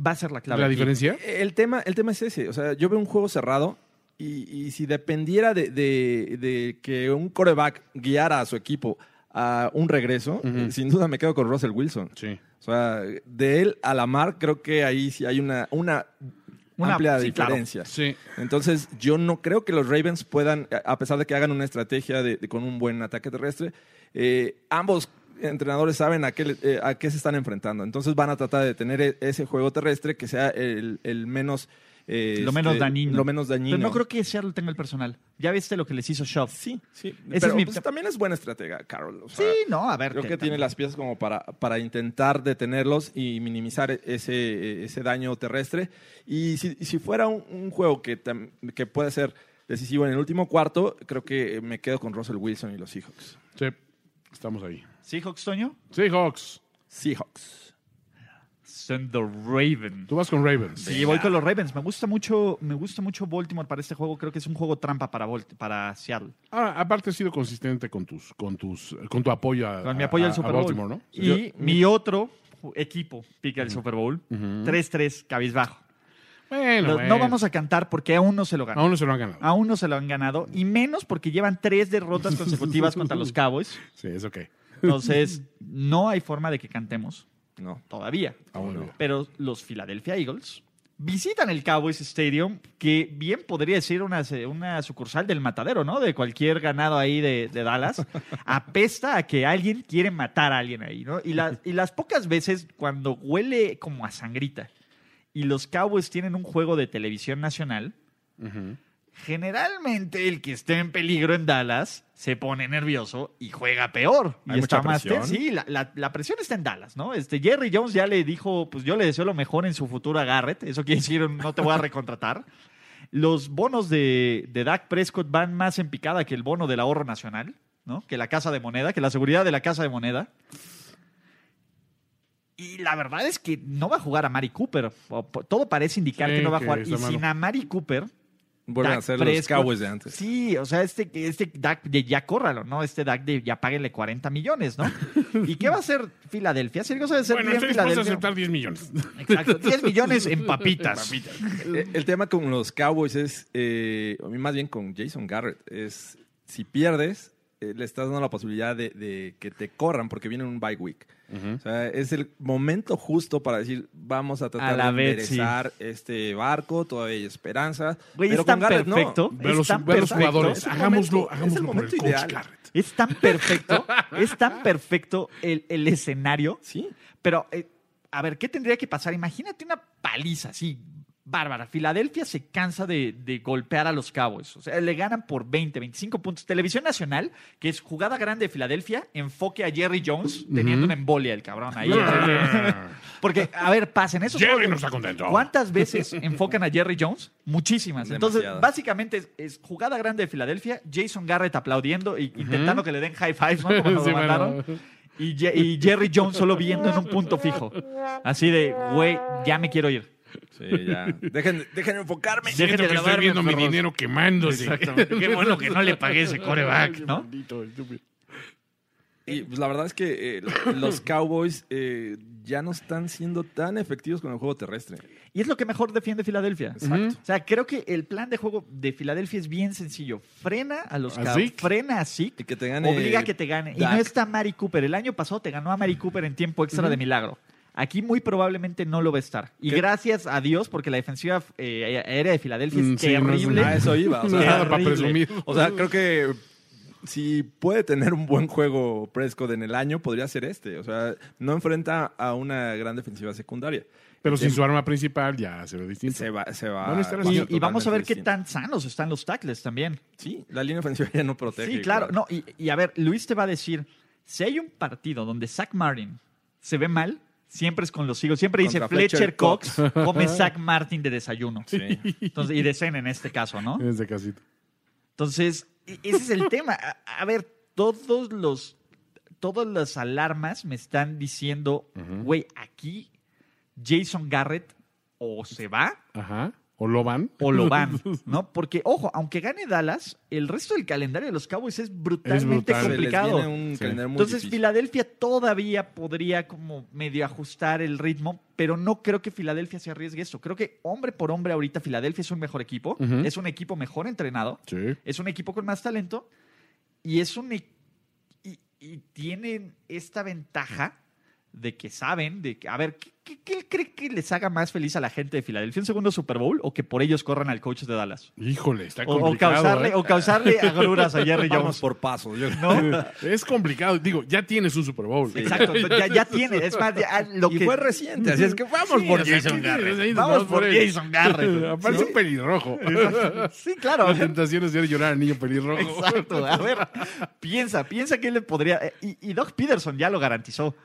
C: va a ser la clave.
D: la
C: aquí.
D: diferencia.
G: El tema, el tema es ese. O sea, yo veo un juego cerrado y, y si dependiera de, de- de que un coreback guiara a su equipo a un regreso, eh, sin duda me quedo con Russell Wilson.
D: Sí.
G: O sea, de él a la mar, creo que ahí sí hay una, una,
C: Una-
G: amplia
C: sí, claro.
G: diferencia.
D: Sí.
G: Entonces, yo no creo que los Ravens puedan, a- a pesar de que hagan una estrategia de, de- con un buen ataque terrestre, eh, ambos entrenadores saben a qué, le- eh, a qué se están enfrentando. Entonces, van a tratar de tener e- ese juego terrestre que sea el, el menos... eh,
C: Lo menos
G: este,
C: dañino.
G: Lo menos dañino.
C: Pero no creo que Seattle tenga el personal. Ya viste lo que les hizo Shop.
G: Sí, sí.
C: Ese
G: Pero,
C: es mi-
G: pues, también es buena estratega, Carol. O sea,
C: Sí, no, a ver.
G: Creo que
C: que
G: tiene
C: también-
G: las piezas como para, para intentar detenerlos y minimizar e-, ese, ese daño terrestre. Y si, y si fuera un, un juego que, tam- que puede ser decisivo en el último cuarto, creo que me quedo con Russell Wilson y los Seahawks.
D: Sí. Estamos ahí.
C: ¿Seahawks, Toño?
D: Sí, Hawks.
G: Seahawks.
C: Send the Raven.
D: Tú vas con Ravens.
C: Sí, voy con los Ravens. Me gusta mucho, me gusta mucho Baltimore para este juego. Creo que es un juego trampa para, Bolt- para Seattle.
D: Ahora, Ah, aparte, has sido consistente con tus, con tus, con tu apoyo a,
C: Con mi
D: a-
C: apoyo
D: a-
C: al Super
D: a
C: Bowl.
D: Baltimore, ¿no?
C: Y mi otro equipo pica el Super Bowl. 3-3, cabizbajo.
D: Bueno,
C: Los-
D: bueno.
C: no vamos Ah. a cantar porque aún no se lo ganan.
D: Aún no se lo han ganado.
C: Aún no se lo han ganado. Y menos porque llevan tres derrotas consecutivas contra
D: *laughs*
C: los Cowboys.
D: Sí, es ok.
C: Entonces, no hay forma de que cantemos
G: No.
C: todavía.
D: Aún no.
C: Pero los Philadelphia Eagles visitan el Cowboys Stadium, que bien podría ser una, una sucursal del matadero, ¿no? De cualquier ganado ahí de, de Dallas. Apesta a que alguien quiere matar a alguien ahí, ¿no? Y, las- y las pocas veces cuando huele como a sangrita y los Cowboys tienen un juego de televisión nacional, generalmente el que esté en peligro en Dallas se pone nervioso y juega peor. Y
G: Hay
C: está
G: mucha
C: más
G: presión.
C: tenso. Sí, la, la- la presión está en Dallas, ¿no? Este, Jerry Jones ya le dijo, pues yo le deseo lo mejor en su futuro a Garrett. Eso quiere decir, no te voy a recontratar. Los bonos de, de Dak Prescott van más en picada que el bono del ahorro nacional, ¿no? Que la casa de moneda, que la seguridad de la casa de moneda. Y la verdad es que no va a jugar a Mari Cooper. O po- Todo parece indicar
D: Sí,
C: que no va a
D: que
C: jugar.
D: está
C: Y sin
D: malo.
C: a Mari Cooper,
G: Vuelven
C: Dak
G: a ser los
C: Prescott.
G: Cowboys de antes.
C: Sí, o sea, este, este Dak de ya córralo, ¿no? Este Dak de ya páguenle 40 millones, ¿no? ¿Y qué va a hacer Filadelfia? Si algo sabe hacer
D: Bueno,
C: bien
D: estoy dispuesto a
C: Filadelfia.
D: aceptar 10 millones.
C: Exacto, 10 millones en papitas.
G: Eh, El tema con los Cowboys es, eh, a mí más bien con Jason Garrett, es si pierdes, eh, le estás dando la posibilidad de, de que te corran porque viene un bye week. O sea, es el momento justo para decir, vamos a tratar
C: A la
G: de
C: vez, sí.
G: enderezar este barco, todavía hay esperanza.
C: Güey,
G: pero
C: es tan
G: con Garrett, no.
C: perfecto.
D: Ve a
C: Es
D: los,
C: tan
D: ve a los
C: perfecto.
D: jugadores.
G: Es el
D: hagámoslo,
G: momento- es el
D: hagámoslo por el
G: momento
D: coach
G: ideal.
D: Garrett.
C: Es tan perfecto, es tan perfecto el, el escenario.
G: Sí.
C: Pero, eh, a ver, ¿qué tendría que pasar? Imagínate una paliza así, bárbara. Filadelfia se cansa de, de golpear a los Cowboys. O sea, le ganan por 20, 25 puntos. Televisión Nacional, que es jugada grande de Filadelfia, enfoque a Jerry Jones, teniendo una embolia el cabrón ahí. Porque, a ver, pasen esos
D: Jerry
C: juegos-
D: no está contento.
C: ¿Cuántas veces enfocan a Jerry Jones? Muchísimas. Entonces,
G: Demasiadas.
C: básicamente es, es jugada grande de Filadelfia, Jason Garrett aplaudiendo e intentando que le den high five, ¿no? Como cuando
D: Sí,
C: lo
D: bueno.
C: mandaron. Y, Ye- y Jerry Jones solo viendo en un punto fijo. Así de, güey, ya me quiero ir.
G: Sí, ya. Dejen, dejen enfocarme.
C: Dejen
D: Siento
C: de
D: que estoy
C: grabarme,
D: viendo mi
C: perros.
D: dinero quemándose.
C: Qué bueno que no le pagué ese coreback, ¿no?
G: Y pues, la verdad es que eh, los Cowboys eh, ya no están siendo tan efectivos con el juego terrestre.
C: Y es lo que mejor defiende Filadelfia. O sea, creo que el plan de juego de Filadelfia es bien sencillo. Frena a los
D: ¿A
C: Cowboys,
D: Zeke?
C: frena a Zeke,
G: Y que te gane
C: obliga a que te gane. Y
G: Dak.
C: no está Mari Cooper. El año pasado te ganó a Mari Cooper en tiempo extra de milagro. Aquí muy probablemente no lo va a estar. Y
G: ¿Qué?
C: gracias a Dios, porque la defensiva eh, aérea de Filadelfia
D: Mm,
C: es
D: sí, no
C: *laughs*
D: es
C: terrible.
G: A eso iba. O
D: No es
G: sea,
D: nada para
C: Terrible.
D: presumir.
G: o sea, creo que si puede tener un buen juego Prescott en el año, podría ser este. O sea, no enfrenta a una gran defensiva secundaria.
D: Pero sin
G: Sí.
D: su arma principal ya se ve distinto.
G: Se va, se va.
D: Ah, Van a estar
G: va
D: así.
G: ser
C: Y, y vamos a ver
G: totalmente
C: qué tan sanos están los tackles también.
G: distinto. Sí, la línea ofensiva ya no protege.
C: Sí, claro.
G: igual.
C: No, y, y a ver, Luis te va a decir, si hay un partido donde Zach Martin se ve mal, siempre es con los higos. Siempre dice
G: Contra
C: Fletcher,
G: Fletcher
C: Cox, come Zach Martin de desayuno.
G: Sí.
C: Entonces, y de cena en este caso, ¿no?
D: Desde casita.
C: Entonces, e- ese es el tema. A, a ver, todos los, todas las alarmas me están diciendo, güey, aquí Jason Garrett o se va
D: Ajá. ¿O lo van?
C: o lo
G: *laughs*
C: van, ¿no? Porque, ojo, aunque gane Dallas, el resto del calendario de los Cowboys es brutalmente
D: brutal.
G: Se Ah, les
C: complicado.
G: viene un
D: Sí.
G: calendario muy
C: Entonces,
G: difícil.
C: Filadelfia todavía podría como medio ajustar el ritmo, pero no creo que Filadelfia se arriesgue eso. Creo que hombre por hombre ahorita Filadelfia es un mejor equipo,
D: Ujú.
C: es un equipo mejor entrenado,
D: Sí.
C: es un equipo con más talento y es un e- y, y tienen esta ventaja de que saben de que, a ver, ¿qué, qué, qué cree que les haga más feliz a la gente de Filadelfia? ¿Un segundo Super Bowl o que por ellos corran al coach de Dallas?
D: Híjole, está
C: O, o
D: complicado.
C: causarle,
D: ¿eh?
C: o causarle agruras a Jerry
G: *laughs* Vamos
C: Jones.
G: por pasos. yo-
D: Es complicado. Digo, ya tienes un Super Bowl.
C: *laughs* Exacto, ya, ya tiene. Es más, ya, ah, lo
G: Y
C: que
G: fue reciente, así es que vamos por Jason Garrett.
C: Vamos por Jason Garrett.
D: Aparte un pelirrojo.
C: Sí, claro. a
D: La
C: ver,
D: tentación es hacer llorar al niño pelirrojo.
C: Exacto. A ver, piensa, piensa que le podría. eh, Y, y Doug Peterson ya lo garantizó.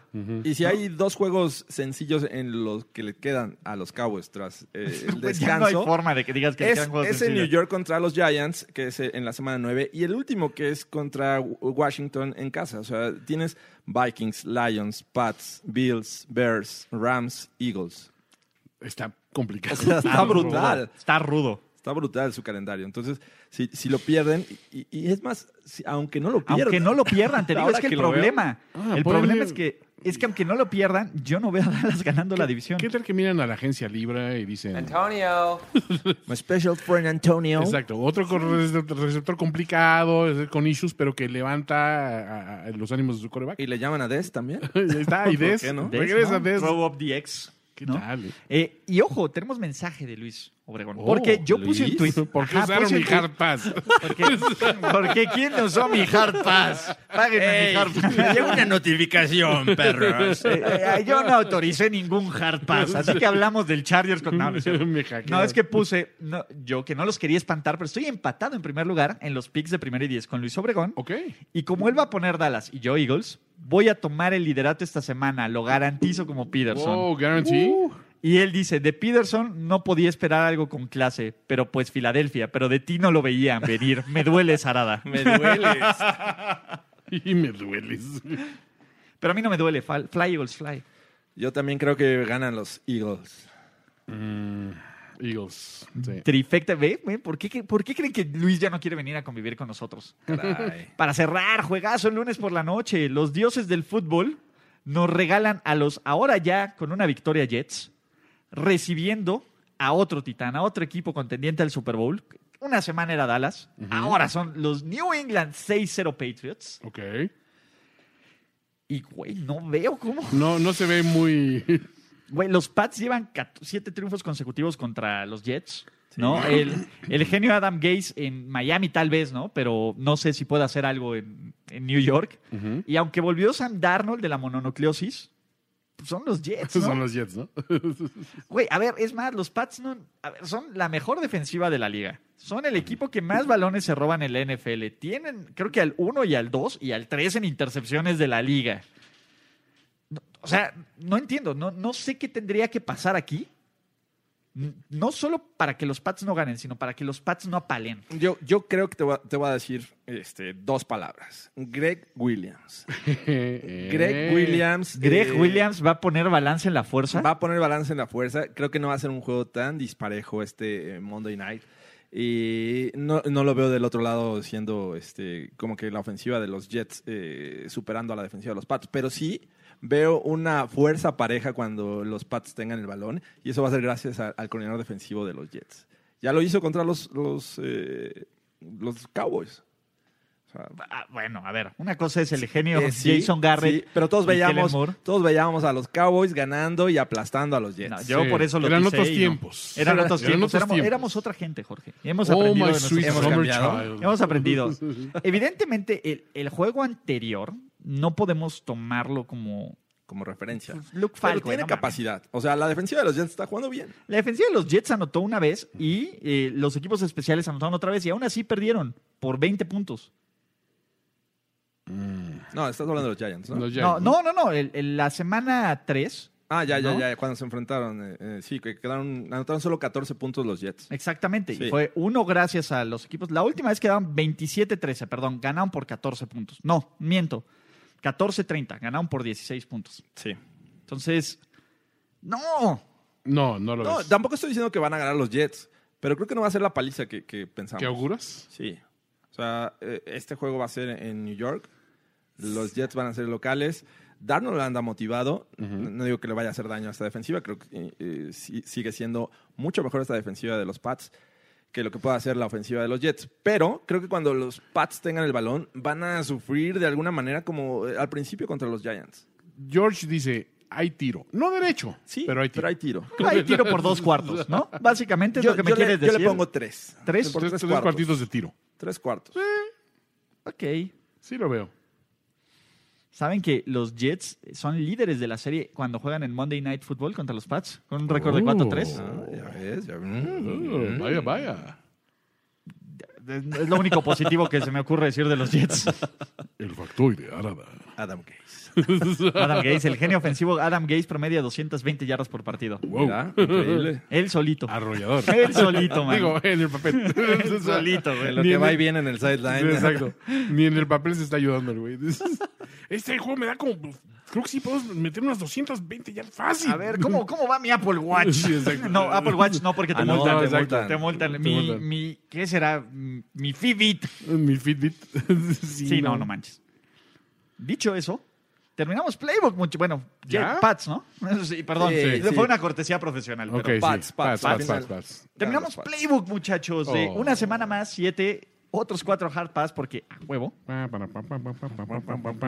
G: Y si hay dos juegos sencillos en los que le quedan a los Cowboys tras
C: *laughs*
G: eh, el
C: Pues ya no hay
G: descanso,
C: forma de que digas que le
G: es,
C: quedan juegos
G: es en
C: sencillos.
G: New York contra los Giants, que es eh, en la semana 9, y el último que es contra W- Washington en casa. O sea, tienes Vikings, Lions, Pats, Bills, Bears, Rams, Eagles.
D: Está complicado.
G: O sea, está brutal.
C: Está rudo.
G: Está brutal su calendario. Entonces, si, si lo pierden, y, y es más, si- aunque no lo pierdan.
C: Aunque no lo pierdan, te digo,
G: Ahora
C: es que,
G: que
C: el
G: lo veo.
C: problema.
D: Ah,
C: el
D: pueden
C: problema
D: ir.
C: es que. Es que aunque no lo pierdan, yo no veo a Dallas ganando la división.
D: ¿Qué tal que miran a la agencia Libra y dicen...
H: Antonio.
G: My special friend Antonio.
D: Exacto, otro cor- receptor receptor complicado, es- con issues, pero que levanta a- a- los ánimos de su coreback.
G: Y le llaman a Des también.
D: *laughs* Ahí está, y Des,
G: qué no?
C: Des,
D: regresa
C: ¿no?
D: Des.
C: Throw up the X,
D: ¿Qué
C: ¿no?
D: tal?
C: Eh, y ojo, tenemos mensaje de Luis Obregón.
D: Oh,
C: porque yo puse un
D: Luis,
C: tweet.
D: *laughs* ¿Por qué
C: Ajá, pues
D: usaron
C: puse
D: mi
C: un tuit.
D: hard pass? *laughs*
C: Porque, porque ¿quién usó mi hard pass? Páguenme mi hard pass.
E: Me llegó una notificación, perros.
C: Eh, eh, yo no autoricé ningún hard pass, así que hablamos del Chargers con... No, no
E: *laughs*
C: es, cierto.
D: Me hackearon.
C: No, es que puse, no, yo que no los quería espantar, pero estoy empatado en primer lugar en los picks de primera y diez con Luis Obregón.
D: Ok.
C: Y como él va a poner Dallas y yo Eagles, voy a tomar el liderato esta semana, lo garantizo como Peterson.
D: Wow, guarantee.
C: Y él dice, de Peterson no podía esperar algo con clase, pero pues Filadelfia, pero de ti no lo veían venir. Me
E: *laughs*
C: duele, Sarada.
G: *laughs* Me duele.
D: *laughs* Y me dueles.
C: Pero a mí no me duele, fal- fly Eagles, fly.
G: Yo también creo que ganan los Eagles.
D: *laughs* Eagles. Sí.
C: Trifecta, ve, ve, ¿por qué, cre- por qué creen que Luis ya no quiere venir a convivir con nosotros? Para cerrar, juegazo el lunes por la noche. Los dioses del fútbol nos regalan a los ahora ya con una victoria Jets, recibiendo a otro titán, a otro equipo contendiente al Super Bowl. Una semana era Dallas, ahora son los New England 6-0 Patriots.
D: Ok.
C: Y, güey, no veo cómo.
D: No, no se ve muy. *laughs*
C: Güey, los Pats llevan cat- siete triunfos consecutivos contra los Jets. ¿No? El, el genio Adam Gaze en Miami tal vez, ¿no? Pero no sé si puede hacer algo en, en New York.
D: Ujú.
C: Y aunque volvió Sam Darnold de la mononucleosis, pues son los Jets,
D: Esos
C: ¿no?
D: son los Jets, ¿no?
C: Güey, a ver, es más, los Pats no, a ver, son la mejor defensiva de la liga. Son el equipo que más balones se roban en la NFL. Tienen, creo que al 1 y al 2 y al 3 en intercepciones de la liga. No, o sea, no entiendo, no, no sé qué tendría que pasar aquí. N- No solo para que los Pats no ganen, sino para que los Pats no apalen.
G: Yo, yo creo que te voy, a, te voy a decir este, dos palabras. Greg Williams.
D: Eh,
G: Greg Williams.
C: Greg
G: eh,
C: Williams va a poner balance en la fuerza.
G: Va a poner balance en la fuerza. Creo que no va a ser un juego tan disparejo este eh, Monday Night. Y no, no lo veo del otro lado siendo este como que la ofensiva de los Jets eh, superando a la defensiva de los Pats. Pero sí veo una fuerza pareja cuando los Pats tengan el balón. Y eso va a ser gracias a- al coordinador defensivo de los Jets. Ya lo hizo contra los, los, eh, los Cowboys. O sea,
C: Ah, bueno, a ver, una cosa es el genio
G: eh, sí,
C: Jason Garrett.
G: sí, pero todos
C: y Kellen
G: veíamos,
C: Moore.
G: todos veíamos a los Cowboys ganando y aplastando a los Jets.
C: No, yo
D: Sí,
C: por eso lo
D: eran
C: pisé
D: otros
C: y no.
D: tiempos.
C: Eran otros
D: Eran
C: tiempos.
D: otros
C: éramos,
D: tiempos.
C: éramos otra gente, Jorge. Y hemos
D: Oh,
C: aprendido
D: my
C: de nuestros
D: sweet
C: errores.
G: hemos
D: summer
G: cambiado.
D: child.
C: Hemos
D: *laughs*
C: aprendido. Evidentemente, el, el juego anterior no podemos tomarlo como
G: como referencia.
C: Luke
G: Pero
C: Falco.
G: tiene capacidad. O sea, la defensiva de los Jets está jugando bien.
C: La defensiva de los Jets anotó una vez y eh, los equipos especiales anotaron otra vez y aún así perdieron por 20 puntos.
G: No, estás hablando de los Giants, ¿no?
D: Los Jets,
C: No, no, no, no. el- el- la semana 3
G: Ah, ya, ya,
C: ¿No?
G: ya. Cuando se enfrentaron, eh, eh, sí, que quedaron, anotaron solo 14 puntos los Jets.
C: Exactamente. Y
G: Sí.
C: fue uno gracias a los equipos. La última vez quedaron 27-13, perdón, ganaron por 14 puntos. No, miento. 14-30, ganaron por 16 puntos.
G: Sí.
C: Entonces, no.
D: No, no lo
G: No,
D: ves.
G: tampoco estoy diciendo que van a ganar los Jets, pero creo que no va a ser la paliza que, que pensamos.
D: ¿Qué auguras?
G: Sí. O sea, eh, este juego va a ser en New York. Los Jets van a ser locales. Darnold anda motivado. No- No digo que le vaya a hacer daño a esta defensiva. Creo que eh, eh, sí- sigue siendo mucho mejor esta defensiva de los Pats que lo que pueda hacer la ofensiva de los Jets. Pero creo que cuando los Pats tengan el balón, van a sufrir de alguna manera como eh, al principio contra los Giants.
D: George dice: hay tiro. No derecho,
G: Sí,
D: pero hay tiro.
C: Ahí tiro por dos cuartos, ¿no? *laughs* Básicamente es
G: Yo,
C: lo que me
G: yo le,
C: quieres
G: yo le
C: decir.
G: pongo tres.
C: ¿Tres?
G: Por
D: Tres,
G: tres,
D: tres
G: cuartos.
D: partidos de tiro.
G: Tres cuartos.
C: Ok.
D: Sí lo veo.
C: ¿Saben que los Jets son líderes de la serie cuando juegan en Monday Night Football contra los Pats? Con un récord de
D: Oh.
C: 4-3.
G: Ah, ya ves, ya-
D: Oh,
C: Mm.
D: vaya, vaya.
C: Es lo único positivo que se me ocurre decir de los *laughs* Jets.
D: El factoide Arada.
G: Adam Case.
C: Adam Gaze, el genio ofensivo Adam Gaze promedia 220 yardas por partido.
D: Wow.
G: Mira, increíble.
D: *laughs*
C: Él solito. *laughs*
D: Arrollador.
C: Él solito, man.
D: Digo, en el
C: *laughs*
D: papel. *laughs*
C: solito, güey.
G: Lo
D: Ni
G: que
D: en
G: va
D: el-
G: y viene en el
D: Sí,
G: sideline.
D: exacto. Ni en el papel se está ayudando el güey. *laughs* Este juego me da como. Creo que sí puedo meter unas 220 ya fácil.
C: A ver,
D: *laughs*
C: ¿cómo, ¿cómo va mi Apple Watch?
D: Sí, exacto.
C: no, Apple Watch no, porque te
G: Ah, no,
C: multan.
G: te
C: te multan.
G: multan.
C: Te multan.
D: Te
C: Mi,
D: multan.
C: mi- ¿Qué será? Mi mi Fitbit.
D: Mi Fitbit. *laughs* sí,
C: Sí, no, no manches. Dicho eso, terminamos Playbook. mucho- Bueno,
D: ¿Ya?
C: Jet Pats, ¿no? Sí, perdón.
G: Sí,
C: Fue
G: sí.
C: una cortesía profesional.
D: Ok,
C: pero-
D: sí.
G: Pats,
D: Pats,
G: Pats,
D: Pats,
G: Pats.
D: Pats, Pats.
C: Terminamos
G: Pats.
C: Playbook, muchachos. De
D: Oh.
C: una semana más, siete, otros cuatro hard pass, porque a huevo.
D: ¿Cómo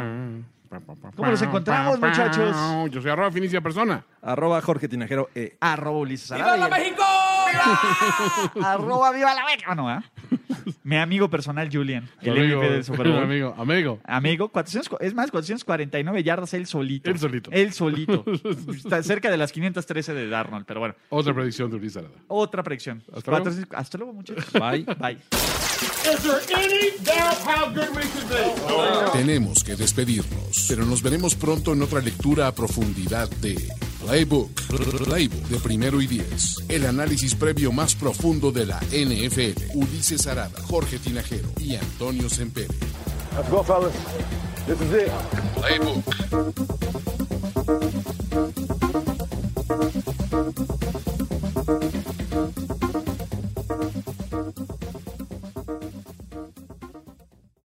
C: ¿Cómo los encontramos, muchachos?
D: Yo soy arroba finicia persona.
G: Arroba Jorge Tinajero E.
C: Arroba Ulises Arada. ¡Viva la México! Arroba Viva la México. Ah, no, ¿ah? Mi amigo personal, Julian, el MVP del Super
D: *laughs*
C: Bowl. Amigo.
D: Amigo, amigo.
C: 400 cu- es más, 449 yardas él solito.
D: Él solito.
C: Él
D: *laughs*
C: solito. Está cerca de las 513 de Darnold, pero bueno.
D: Otra predicción de Ulises Arada.
C: Otra predicción.
D: Hasta luego.
C: 400 hasta luego, muchachos.
G: Bye.
C: Bye.
A: Tenemos que despedirnos, pero nos veremos pronto en otra lectura a profundidad de Playbook, Playbook de primero y diez, el análisis previo más profundo de la NFL. Ulises Arada, Jorge Tinajero y Antonio Sempere.
I: Let's go, fellas. This is it.
A: Playbook.